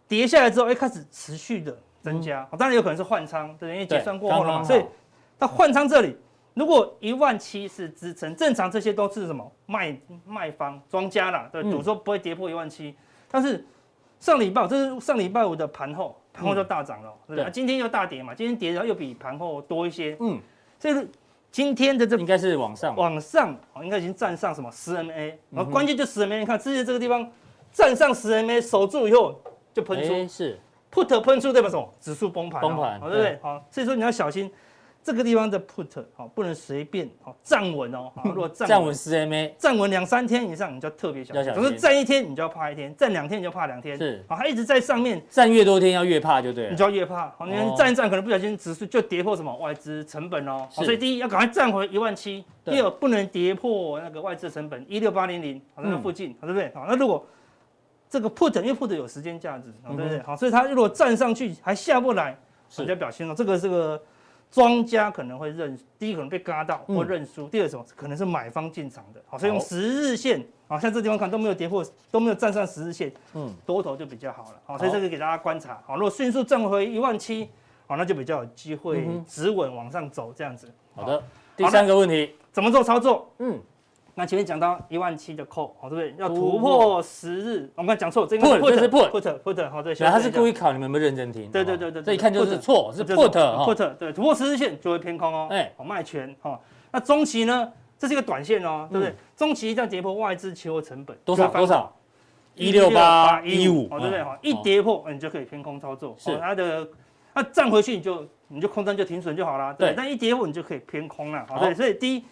Speaker 3: 跌下来之后，哎，开始持续的增加，哦当然有可能是换仓，对不对，因为
Speaker 1: 嗯对
Speaker 3: 结算过后了
Speaker 1: 刚
Speaker 3: 嘛，
Speaker 1: 刚好
Speaker 3: 所以它换仓这里，如果一万七是支撑，正常这些都是什么卖卖方庄家啦，对，
Speaker 1: 嗯
Speaker 3: 赌说不会跌破一万七，但是上礼拜五这是上礼拜五的盘后，盘后就大涨了，对不
Speaker 1: 嗯
Speaker 3: 对
Speaker 1: 对
Speaker 3: 啊今天又大跌嘛，今天跌的又比盘后多一些，
Speaker 1: 嗯，
Speaker 3: 所以今天的这
Speaker 1: 应该是往上，
Speaker 3: 往上哦应该已经站上什么十 MA，然
Speaker 1: 嗯
Speaker 3: 后关键就十 MA，你看之前这个地方站上十 MA 守住以后就喷出
Speaker 1: 哎，是
Speaker 3: put 喷出代表什么？指数崩盘哦，
Speaker 1: 崩盘
Speaker 3: 哦对不对？好，所以说你要小心这个地方的 put 好，不能随便好站稳 哦，好，如果站
Speaker 1: 站
Speaker 3: 稳
Speaker 1: 稳十 MA，
Speaker 3: 站稳两三天以上，你就要特别小
Speaker 1: 要
Speaker 3: 心。
Speaker 1: 小
Speaker 3: 可
Speaker 1: 心
Speaker 3: 是站一天你就要怕一天，站两天你就怕两天，哦
Speaker 1: 是
Speaker 3: 好，它一直在上面，
Speaker 1: 站越多天要越怕，就对
Speaker 3: 你
Speaker 1: 了。
Speaker 3: 就要越怕。好，你
Speaker 1: 哦
Speaker 3: 站一站，可能不小心指数就跌破什么外资成本哦。好
Speaker 1: 是
Speaker 3: 所以第一要赶快站回一万七，
Speaker 1: 对
Speaker 3: 第二不能跌破那个外资成本一六八零零，好，在那
Speaker 1: 嗯
Speaker 3: 附近，好，对不对？好，那如果这个 put 因为 put 有时间价值，好，对不对？
Speaker 1: 嗯
Speaker 3: 好，所以它如果站上去还下不来，
Speaker 1: 是
Speaker 3: 比较表现哦，这个这个庄家可能会认，第一可能被嘎到
Speaker 1: 嗯
Speaker 3: 或认输，第二什么可能是买方进场的，好，所以用
Speaker 1: 好
Speaker 3: 十日线，好，像这地方看都没有跌破，都没有站上十日线，
Speaker 1: 嗯，
Speaker 3: 多头就比较好了。好，所以这个给大家观察。好，如果迅速站回一万七，好，那就比较有机会
Speaker 1: 嗯哼
Speaker 3: 止稳往上走这样子。
Speaker 1: 好的。第三个问题，
Speaker 3: 怎么做操作？
Speaker 1: 嗯，
Speaker 3: 那前面讲到一万七的扣，好，对不对？要
Speaker 1: 突
Speaker 3: 突
Speaker 1: 破
Speaker 3: 破十日，哦我们刚才讲错，这
Speaker 1: Put，这是 put
Speaker 3: put put，好，对，
Speaker 1: 然后他是
Speaker 3: 修正一下
Speaker 1: 故意考你们有没有认真听？
Speaker 3: 对对
Speaker 1: 好不好
Speaker 3: 对对对
Speaker 1: 这一看就是
Speaker 3: ，put
Speaker 1: 错，是
Speaker 3: 这就是
Speaker 1: put 哈。
Speaker 3: 啊 put 对，突破十日线就会偏空哦，
Speaker 1: 哎
Speaker 3: 哎，好卖权哈。那中期呢？这是一个短线哦，对不对？中期一旦跌破外资期货成本
Speaker 1: 嗯多少
Speaker 3: 就会翻
Speaker 1: 多少？一六八
Speaker 3: 16815
Speaker 1: 一五，
Speaker 3: 哦，对不对？
Speaker 1: 嗯
Speaker 3: 哈，一跌破你就可以偏空操作，
Speaker 1: 是
Speaker 3: 哦它的那站回去你就你就空单就停损就好啦，对不
Speaker 1: 对
Speaker 3: 对。但一跌破你就可以偏空了，好，
Speaker 1: 好
Speaker 3: 对。所以第一，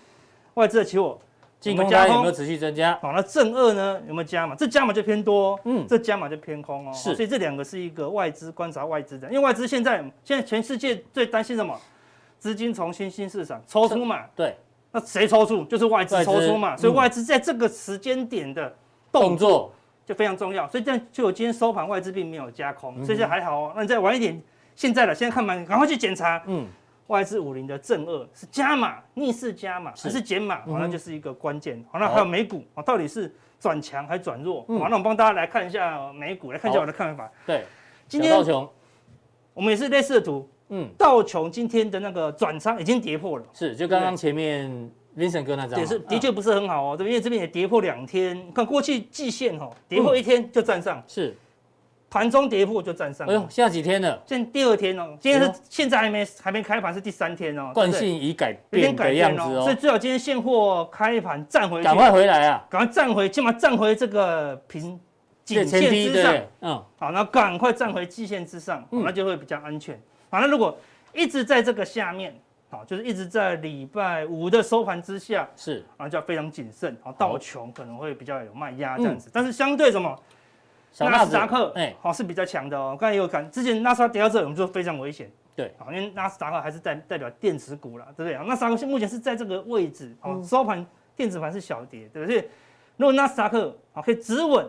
Speaker 3: 外资的期货
Speaker 1: 进
Speaker 3: 我
Speaker 1: 攻
Speaker 3: 们加
Speaker 1: 单有没有
Speaker 3: 空
Speaker 1: 持续增加？
Speaker 3: 好，那正二呢有没有加码？这加码就偏多、哦，
Speaker 1: 嗯
Speaker 3: 嗯，这加码就偏空哦。
Speaker 1: 是
Speaker 3: 所以这两个是一个外资观察外资的，因为外资现在现在全世界最担心什么？资金从新兴市场抽出嘛，
Speaker 1: 对，
Speaker 3: 那谁抽出？就是外
Speaker 1: 外
Speaker 3: 资
Speaker 1: 资
Speaker 3: 抽出嘛，所
Speaker 1: 嗯
Speaker 3: 以外资在这个时间点的
Speaker 1: 动
Speaker 3: 动作
Speaker 1: 作
Speaker 3: 就非常重要。所以这样就有今天收盘外资并没有加空，
Speaker 1: 嗯哼
Speaker 3: 所以这还好哦。那你再晚一点，现在了，现在看盘，赶快去检查
Speaker 1: 嗯，
Speaker 3: 外资五零的正二是加码、逆势加码
Speaker 1: 是
Speaker 3: 还是减码，
Speaker 1: 嗯哼
Speaker 3: 好，那就是一个关键。好，那
Speaker 1: 好
Speaker 3: 还有美股啊，到底是转强还是转弱？
Speaker 1: 嗯
Speaker 3: 好，那我们帮大家来看一下美股，来看一下
Speaker 1: 好
Speaker 3: 我的看法。
Speaker 1: 对，
Speaker 3: 今
Speaker 1: 小道
Speaker 3: 天
Speaker 1: 琼，
Speaker 3: 我们也是类似的图，
Speaker 1: 嗯，
Speaker 3: 道琼今天的那个转仓已经跌破了。
Speaker 1: 是，就刚刚前面 Vincent 哥那张嘛，
Speaker 3: 也是的
Speaker 1: 嗯
Speaker 3: 确不是很好哦，对不对因为这边也跌破两天，看过去季线哦，
Speaker 1: 嗯
Speaker 3: 跌破一天就站上，
Speaker 1: 是，
Speaker 3: 盘中跌破就站上。
Speaker 1: 哎呦，现在几天了，
Speaker 3: 现在第二天哦，今天
Speaker 1: 哎呦
Speaker 3: 是现在还没还没开盘，是第三天哦，
Speaker 1: 惯
Speaker 3: 对
Speaker 1: 性已改
Speaker 3: 不对有
Speaker 1: 变
Speaker 3: 点改
Speaker 1: 的
Speaker 3: 变
Speaker 1: 样子
Speaker 3: 所以
Speaker 1: 哦，
Speaker 3: 最好今天现货开盘站回去，
Speaker 1: 赶快回来啊，
Speaker 3: 赶快站回，起码站回这个平
Speaker 1: 这
Speaker 3: 颈
Speaker 1: 前
Speaker 3: 线
Speaker 1: 低
Speaker 3: 之上，
Speaker 1: 对，嗯，
Speaker 3: 好，那赶快站回季线之上，好
Speaker 1: 嗯
Speaker 3: 那就会比较安全。好，那如果一直在这个下面，好，就是一直在礼拜五的收盘之下，
Speaker 1: 是，
Speaker 3: 然后就要非常谨慎，好，道琼可能会比较有卖压这样
Speaker 1: 嗯
Speaker 3: 子，但是相对什么？
Speaker 1: 小
Speaker 3: 纳
Speaker 1: 纳
Speaker 3: 斯达克，哎
Speaker 1: 哎，，
Speaker 3: 好是比较强的哦。刚才也有感，之前纳斯达克跌到这里，我们就非常危险。
Speaker 1: 对，
Speaker 3: 好，因为纳斯达克还是代代表电子股啦，对不对？纳斯达克现目前是在这个位置，好，收盘电子盘是小跌，对不对？所以如果纳斯达克好可以止稳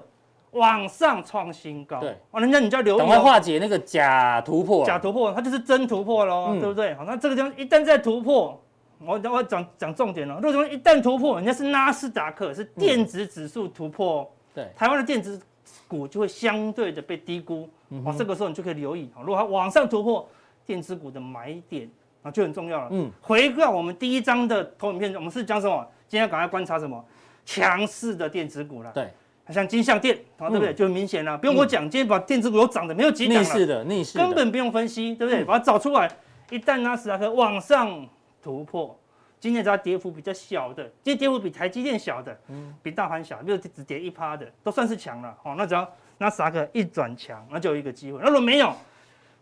Speaker 3: 往上创新高，
Speaker 1: 对，
Speaker 3: 哦，那你就要留意
Speaker 1: 赶快
Speaker 3: 哦。
Speaker 1: 化解那个假突破啊，
Speaker 3: 假突破，它就是真突破喽，
Speaker 1: 嗯
Speaker 3: 对不对？好，那这个地方一旦再突破，我等我讲讲重点了。哦如果说一旦突破，人家是纳斯达克，
Speaker 1: 嗯
Speaker 3: 是电子指数突破哦。
Speaker 1: 对，
Speaker 3: 台湾的电子股就会相对的被低估，
Speaker 1: 嗯
Speaker 3: 哦，
Speaker 1: 哼
Speaker 3: 这个时候你就可以留意，哦如果它往上突破电子股的买点，啊，就很重要了。
Speaker 1: 嗯，
Speaker 3: 回到我们第一章的投影片，我们是讲什么？今天要赶快观察什么强势的电子股了，
Speaker 1: 对，嗯
Speaker 3: 像金像电，啊，对不对？就很明显了，不用我讲，今天把电子股都涨的没有几档
Speaker 1: 逆
Speaker 3: 了，
Speaker 1: 势的，逆势的，嗯
Speaker 3: 根本不用分析，对不对？把它找出来，一旦纳斯达克往上突破。今天只要跌幅比较小的，今天跌幅比台积电小的，
Speaker 1: 嗯
Speaker 3: 比大盘小，比如只跌一趴的，都算是强了。哦，那只要纳斯达克一转强，那就有一个机会。那如果没有，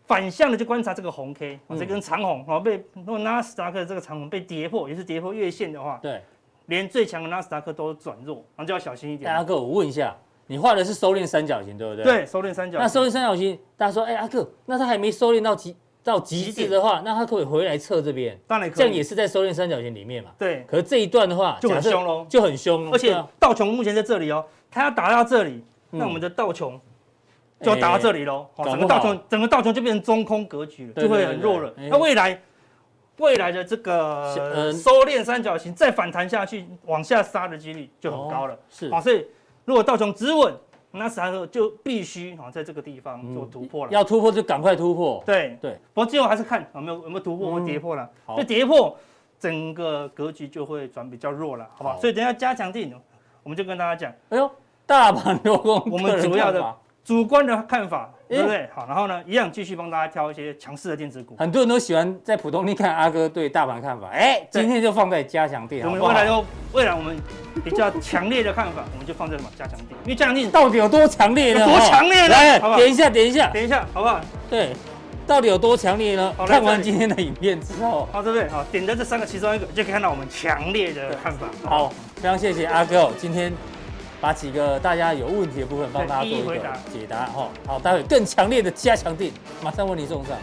Speaker 3: 反向的就观察这个红 K，、哦、
Speaker 1: 嗯
Speaker 3: 这根长红哦被如果纳斯达克这个长红被跌破，也是跌破月线的话，
Speaker 1: 对。
Speaker 3: 连最强的纳斯达克都转弱，那就要小心一
Speaker 1: 哎，阿
Speaker 3: 点。
Speaker 1: 哥，我问一下，你画的是收敛三角形，对不对？。
Speaker 3: 对，收敛三角形。
Speaker 1: 那收敛三角形，大家说，哎，阿哥，那他还没收敛到极到极
Speaker 3: 极
Speaker 1: 致
Speaker 3: 致
Speaker 1: 的话，那他可不可以回来测这边，
Speaker 3: 当然也可以，
Speaker 1: 这样也是在收敛三角形里面嘛。
Speaker 3: 对，
Speaker 1: 可是这一段的话，
Speaker 3: 就很
Speaker 1: 假设
Speaker 3: 凶咯
Speaker 1: 就很凶咯
Speaker 3: 而且
Speaker 1: 对啊
Speaker 3: 道琼目前在这里哦，它要打到这里，
Speaker 1: 嗯
Speaker 3: 那我们的道琼就要打到这里喽。
Speaker 1: 哎
Speaker 3: 哦
Speaker 1: 搞
Speaker 3: 整
Speaker 1: 不
Speaker 3: 个
Speaker 1: 好
Speaker 3: 道琼，整个道琼就变成中空格局了，
Speaker 1: 对对
Speaker 3: 就
Speaker 1: 对
Speaker 3: 会很弱了。
Speaker 1: 对对哎
Speaker 3: 那未来未来的这
Speaker 1: 是
Speaker 3: 个
Speaker 1: 嗯
Speaker 3: 收敛三角形再反弹下去，往下杀的几率就很高了
Speaker 1: 哦。是
Speaker 3: 好，所以如果道琼止稳，那斯达克就必须啊在这个地方
Speaker 1: 嗯
Speaker 3: 做突破了。
Speaker 1: 要突破就赶快突破。
Speaker 3: 对
Speaker 1: 对，嗯
Speaker 3: 不过最后还是看有没有有没有突破或跌破了。
Speaker 1: 好
Speaker 3: 就跌破，整个格局就会转比较弱了，好不好？所以等一下加强定，我们就跟大家讲
Speaker 1: 哎呦，大盘流攻，
Speaker 3: 我们
Speaker 1: 个人
Speaker 3: 主要的
Speaker 1: 看法
Speaker 3: 主观的看法，
Speaker 1: 哎
Speaker 3: 对不对？好，然后呢，一样继续帮大家挑一些强势的电子股。
Speaker 1: 很多人都喜欢在普通力看阿哥对大盘看法，哎，
Speaker 3: 对
Speaker 1: 今天就放在加强店，好
Speaker 3: 我们
Speaker 1: 不
Speaker 3: 未来
Speaker 1: 好？
Speaker 3: 就未来我们比较强烈的看法，我们就放在什么加强定，因为加强定
Speaker 1: 到底有多强烈呢？
Speaker 3: 有多强烈呢
Speaker 1: 来
Speaker 3: 好不，好
Speaker 1: 点一下，点一下，
Speaker 3: 等一下好不好？
Speaker 1: 对，到底有多强烈呢？
Speaker 3: 好来
Speaker 1: 看完
Speaker 3: 这里
Speaker 1: 今天的影片之后，
Speaker 3: 好，对不对？好，点的这三个其中一个，就可以看到我们强烈的看法。
Speaker 1: 好，非常谢谢阿哥哦，今天把几个大家有问题的部分帮大家做一
Speaker 3: 对一一
Speaker 1: 个
Speaker 3: 回答
Speaker 1: 解答哈。好，待会更强烈的加强定，马上为您送上。